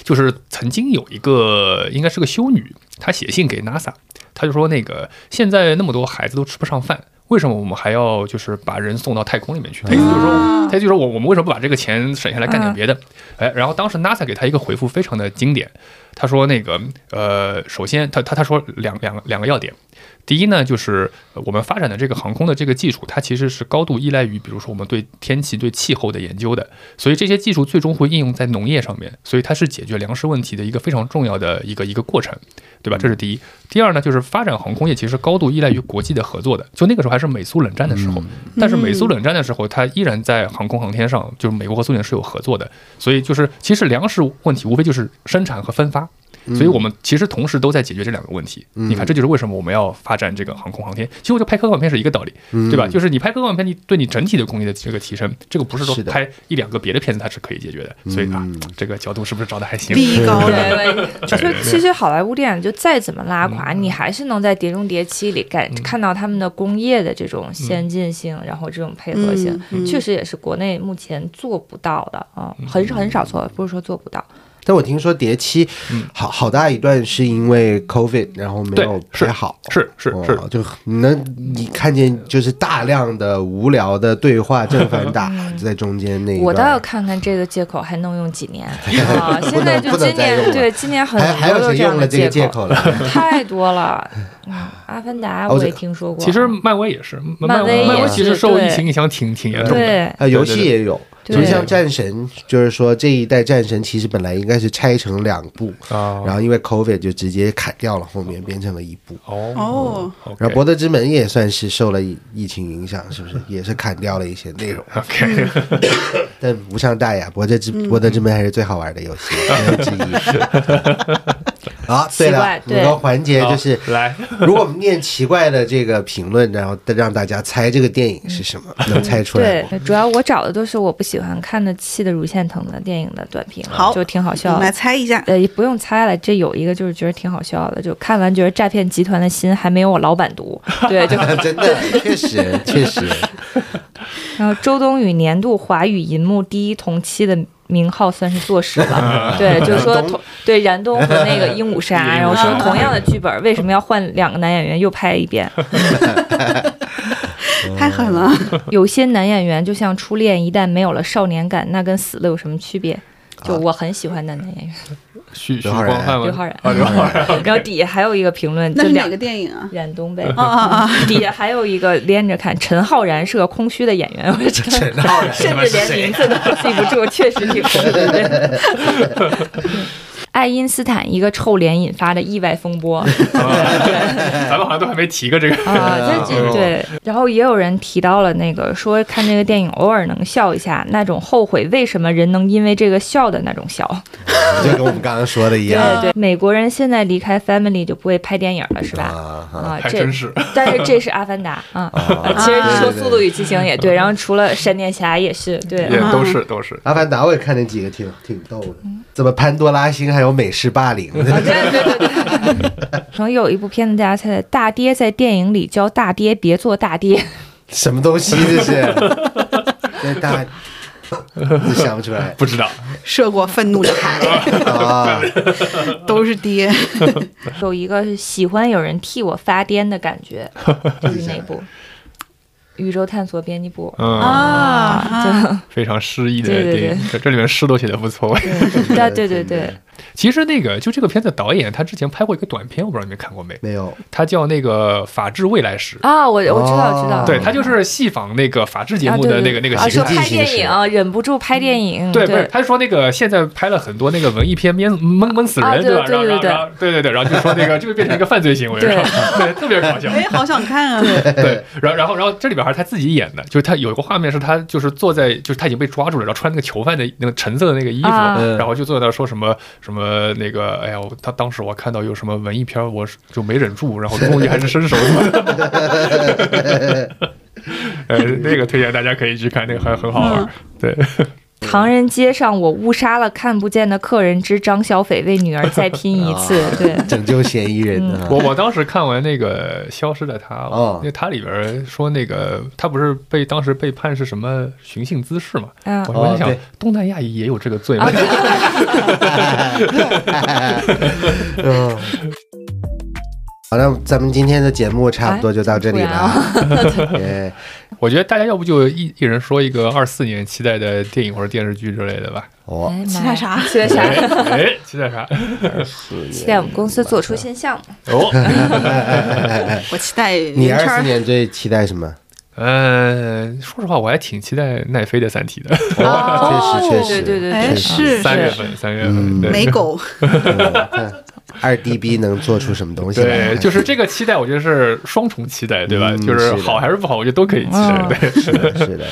Speaker 2: 就是曾经有一个应该是个修女，她写信给 NASA，她就说那个现在那么多孩子都吃不上饭，为什么我们还要就是把人送到太空里面去？她意思就是说，她意思就是说我我们为什么不把这个钱省下来干点别的？哎，然后当时 NASA 给她一个回复非常的经典，她说那个呃，首先她她她说两两个两个要点。第一呢，就是呃我们发展的这个航空的这个技术，它其实是高度依赖于，比如说我们对天气、对气候的研究的，所以这些技术最终会应用在农业上面，所以它是解决粮食问题的一个非常重要的一个一个过程，对
Speaker 4: 嗯
Speaker 2: 吧？这是第一。第二呢，就是发展航空业其实高度依赖于国际的合作的，就那个时候还是美苏冷战的
Speaker 4: 嗯
Speaker 2: 时候，但是美苏冷战的时候，它依然在航空航天上，就是美国和苏联是有合作的，所以就是其实粮食问题无非就是生产和分发。
Speaker 4: 嗯
Speaker 2: 所以我们其实同时都在解决这两个问题。你看，这就是为什么我们要发展这个航空航天。其实我觉得拍科幻片是一个道理，
Speaker 4: 嗯
Speaker 2: 对吧？就是你拍科幻片，你对你整体的工业的这个提升，这个不是说
Speaker 4: 是的
Speaker 2: 拍一两个别的片子它是可以解决的。所以啊，
Speaker 4: 嗯
Speaker 2: 这个角度是不是找的还行？
Speaker 5: 利益高 了，
Speaker 6: 对，就是其实好莱坞电影就再怎么
Speaker 2: 嗯
Speaker 6: 拉垮，你还是能在《碟中谍七》里感看到他们的工业的这
Speaker 2: 嗯
Speaker 6: 种先进性，然后这种配合性，
Speaker 5: 嗯嗯
Speaker 6: 确实也是国内目前做不到的啊，
Speaker 2: 嗯
Speaker 6: 很很少做，不是说做不到，
Speaker 4: 但我听说《碟七》好好大一段是因为 COVID，然后没
Speaker 2: 嗯对
Speaker 4: 有
Speaker 2: 是
Speaker 4: 拍好。
Speaker 2: 是是
Speaker 4: 哦
Speaker 2: 是，
Speaker 4: 就你能你看见就是大量的无聊的对话正反 打在中间那一
Speaker 6: 嗯我倒
Speaker 4: 段
Speaker 6: 要看看这个借口还能用几 年啊！现在就
Speaker 4: 不能
Speaker 6: 今
Speaker 4: 再用
Speaker 6: 年
Speaker 4: 了
Speaker 6: 对今年很
Speaker 4: 还还
Speaker 6: 多
Speaker 4: 有
Speaker 6: 都
Speaker 4: 谁
Speaker 6: 这样
Speaker 4: 用
Speaker 6: 的
Speaker 4: 了这个借
Speaker 6: 口，
Speaker 4: 口 了？
Speaker 6: 太多了。嗯，阿凡达
Speaker 4: 哦
Speaker 6: 我也
Speaker 4: 这
Speaker 6: 听说过，
Speaker 2: 其实漫威也是，漫
Speaker 6: 漫威
Speaker 2: 漫威
Speaker 4: 也
Speaker 2: 其
Speaker 6: 是
Speaker 2: 实受疫
Speaker 6: 对
Speaker 2: 情影响挺挺严重的。
Speaker 6: 对
Speaker 4: 啊，
Speaker 2: 对
Speaker 4: 游戏
Speaker 2: 对
Speaker 4: 也有，
Speaker 6: 对
Speaker 4: 就像战神，就是说这一代战神其实本来应该是拆成两部，
Speaker 2: 啊
Speaker 4: 然后因为 COVID 就直接砍掉了，后面变成了一部。
Speaker 2: 哦
Speaker 5: 哦
Speaker 4: 然后《
Speaker 2: ，OK
Speaker 4: 博德之门》也算是受了疫疫情影响，是不是也是砍掉了一些内容？
Speaker 2: OK，
Speaker 4: 但无伤大雅，《博德之
Speaker 6: 嗯
Speaker 4: 博德之门》还是最好玩的游戏之一。好，对
Speaker 6: 奇
Speaker 4: 了
Speaker 6: 怪，
Speaker 4: 五
Speaker 6: 对
Speaker 4: 个环节
Speaker 2: 好
Speaker 4: 哎就是，
Speaker 2: 来，
Speaker 4: 如果我们念奇怪的这个评论，然后让大家猜这个电影是什么，
Speaker 6: 嗯
Speaker 4: 能猜出来
Speaker 6: 对
Speaker 4: 吗？，
Speaker 6: 主要我找的都是我不喜欢看的气的乳腺疼的电影的短评，
Speaker 5: 好
Speaker 6: 就挺好
Speaker 5: 我
Speaker 6: 笑
Speaker 5: 们来
Speaker 6: 的。
Speaker 5: 猜一下，
Speaker 6: 呃，也不用猜了，这有一个就是觉得挺好笑的，就看完觉得诈骗集团的心还没有我老板毒。对，就
Speaker 4: 真的，确实，确实，
Speaker 6: 然后周冬雨年度华语银幕第一同期的名号算是坐实了，对，就是说同对燃冬和那个鹦鹉杀，然后说同样的剧本，为什么要换两个男演员又拍一遍？
Speaker 5: 太狠了，
Speaker 6: 有些男演员就像初恋，一旦没有了少年感，那跟死了有什么区别？就我很喜欢的男演员
Speaker 2: 许许
Speaker 4: 刘昊
Speaker 2: 光
Speaker 4: 然
Speaker 2: 汉吗？
Speaker 6: 刘昊然，
Speaker 2: 啊，刘昊然。
Speaker 6: 然后底下还有一个评论，就
Speaker 5: 那是哪
Speaker 6: 两
Speaker 5: 个电影啊？
Speaker 6: 冉东呗，
Speaker 5: 啊啊啊！
Speaker 6: 底下还有一个连着看，陈浩然是个空虚的演员，我这个
Speaker 4: 陈 浩然
Speaker 6: 甚至连名字都记不住，确实挺空虚的。爱因斯坦一个臭脸引发的意外风波。
Speaker 2: 啊 咱们好像都还没提过这个。
Speaker 6: 啊，这这对，然后也有人提到了那个说看这个电影偶尔能笑一下，那种后悔为什么人能因为这个笑的那种笑。
Speaker 4: 嗯就跟我们刚刚说的一样。
Speaker 6: 对，美国人现在离开 family 就不会拍电影了，是吧？
Speaker 4: 啊哈
Speaker 6: 啊，
Speaker 2: 还
Speaker 6: 这
Speaker 2: 真是，
Speaker 6: 但是这是《阿凡达》啊，啊其实说《速度与激情》也对，然后除了《闪电侠》也是对，
Speaker 2: 也都是都是。
Speaker 4: 阿凡达我也看那几个挺挺逗的，
Speaker 6: 嗯
Speaker 4: 怎么潘多拉星还有美式霸凌？
Speaker 6: 啊对对对对。可能有一部片子大家猜猜，大爹在电影里教大爹别做大爹，
Speaker 4: 什么东西这 是？这大， 你想不出来
Speaker 2: 不知道，
Speaker 5: 涉过愤怒的海，
Speaker 4: 啊？
Speaker 5: 都是爹。
Speaker 6: 有一个是喜欢有人替我发癫的感觉，就是那部《宇宙探索编辑部》。
Speaker 2: 嗯，
Speaker 5: 啊，
Speaker 2: 非常诗意的
Speaker 6: 啊对对
Speaker 2: 电影，这这里面诗都写的不错。
Speaker 6: 对对对对，
Speaker 2: 其实那个就这个片子的导演，他之前拍过一个短片，我不知道你们看过没？
Speaker 4: 没有，
Speaker 2: 他叫那个《法治未来史》。
Speaker 6: 啊，我我知道知道，
Speaker 2: 对他就是戏仿那个法制节目的那个、那个
Speaker 6: 啊，
Speaker 2: 形
Speaker 6: 说
Speaker 2: 态，
Speaker 6: 拍嗯电影忍不住拍电影，
Speaker 2: 对，不是，他说那个现在拍了很多那个文艺片，闷闷闷死人，
Speaker 6: 啊对
Speaker 2: 吧？然后
Speaker 6: 对
Speaker 2: 然后
Speaker 6: 对
Speaker 2: 然后对对对，然后就说那个就变成一个犯罪行为，
Speaker 6: 对
Speaker 2: 然后对，特别搞笑。
Speaker 5: 哎，好想看啊！
Speaker 2: 对，然后然后然后这里边还是他自己演的，就是他有一个画面是他就是坐在就是他已经被抓住了，然后穿那个囚犯的那个橙色的那个衣服，
Speaker 6: 啊
Speaker 4: 嗯
Speaker 2: 然后就坐在那说什么什么那个，哎呀，我他当时我看到有什么文艺片，我是就没忍住，然后终于还是伸手了。 呃，那个推荐大家可以去看，那个还很好玩。对，
Speaker 6: 唐人街上我误杀了看不见的客人之张小斐，为女儿再拼一次，对。
Speaker 4: 拯救嫌疑人啊！
Speaker 2: 我我当时看完那个《消失的她》
Speaker 4: 哦
Speaker 2: 因为它里边说那个他不是被当时被判是什么寻衅滋事嘛，
Speaker 6: 嗯啊
Speaker 2: 我我在想、
Speaker 4: 哦对
Speaker 2: 东南亚也有这个罪吗？
Speaker 4: 嗯，好，那咱们今天的节目差不多就到这里了啊。哎
Speaker 2: 我觉得大家要不就一一人说一个二四年期待的电影或者电视剧之类的吧。
Speaker 4: 哦，
Speaker 6: 哎
Speaker 5: 期待？啥？
Speaker 6: 期待啥？
Speaker 2: 哎，期待啥？
Speaker 6: 期待我们公司做出新项目。
Speaker 2: 哦，
Speaker 5: 我期待
Speaker 4: 你
Speaker 5: 圆圈
Speaker 4: 二
Speaker 5: 儿
Speaker 4: 四年最期待什么？
Speaker 2: 嗯，说实话，我还挺期待奈飞的《三体》的。
Speaker 4: 哦，确实确实，
Speaker 6: 对对对
Speaker 5: 哎
Speaker 6: 对，
Speaker 5: 是
Speaker 2: 三月份，三月份，
Speaker 4: 嗯
Speaker 2: 对
Speaker 5: 美狗，
Speaker 4: 二 DB 能做出什么东西来？
Speaker 2: 对，就是这个期待，我觉得是双重期待，对吧？
Speaker 4: 嗯
Speaker 2: 就是
Speaker 4: 是的
Speaker 2: 好还是不好，我觉得都可以期待。
Speaker 6: 嗯
Speaker 2: 对，
Speaker 4: 是的，是的。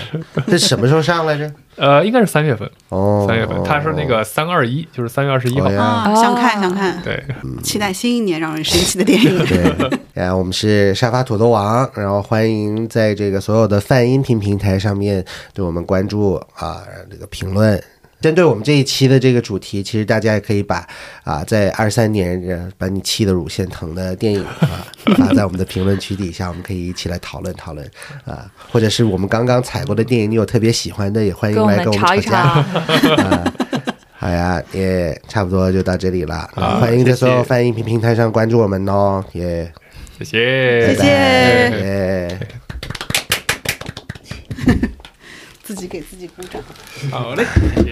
Speaker 4: 这什么时候上来着？
Speaker 2: 呃，应该是三月份，
Speaker 4: 哦，
Speaker 2: 三月份，它是那个三二一，就是三月二十一号
Speaker 4: 哦。呀。
Speaker 5: 啊，想看想看，
Speaker 2: 对，
Speaker 5: 期待新一年让人神奇的电影。
Speaker 4: 对， 然后我们是沙发土豆王，然后欢迎在这个所有的泛音频平台上面对我们关注啊，这个评论。针对我们这一期的这个主题，其实大家也可以把啊，在二三年呃把你气得乳腺疼的电影啊发在我们的评论区底下，我们可以一起来讨论讨论啊，或者是我们刚刚踩过的电影，你有特别喜欢的，也欢迎
Speaker 6: 跟我
Speaker 4: 来
Speaker 6: 们
Speaker 4: 跟我们
Speaker 6: 吵一
Speaker 4: 吵架。
Speaker 6: 吵。
Speaker 4: 好呀，也差不多就到这里了，欢迎在所有
Speaker 2: 啊谢谢
Speaker 4: 泛音频平台上关注我们哦，也哎
Speaker 2: 谢谢，
Speaker 5: 谢谢
Speaker 4: 耶。
Speaker 5: 自己给自己鼓掌。
Speaker 2: 好嘞，谢谢。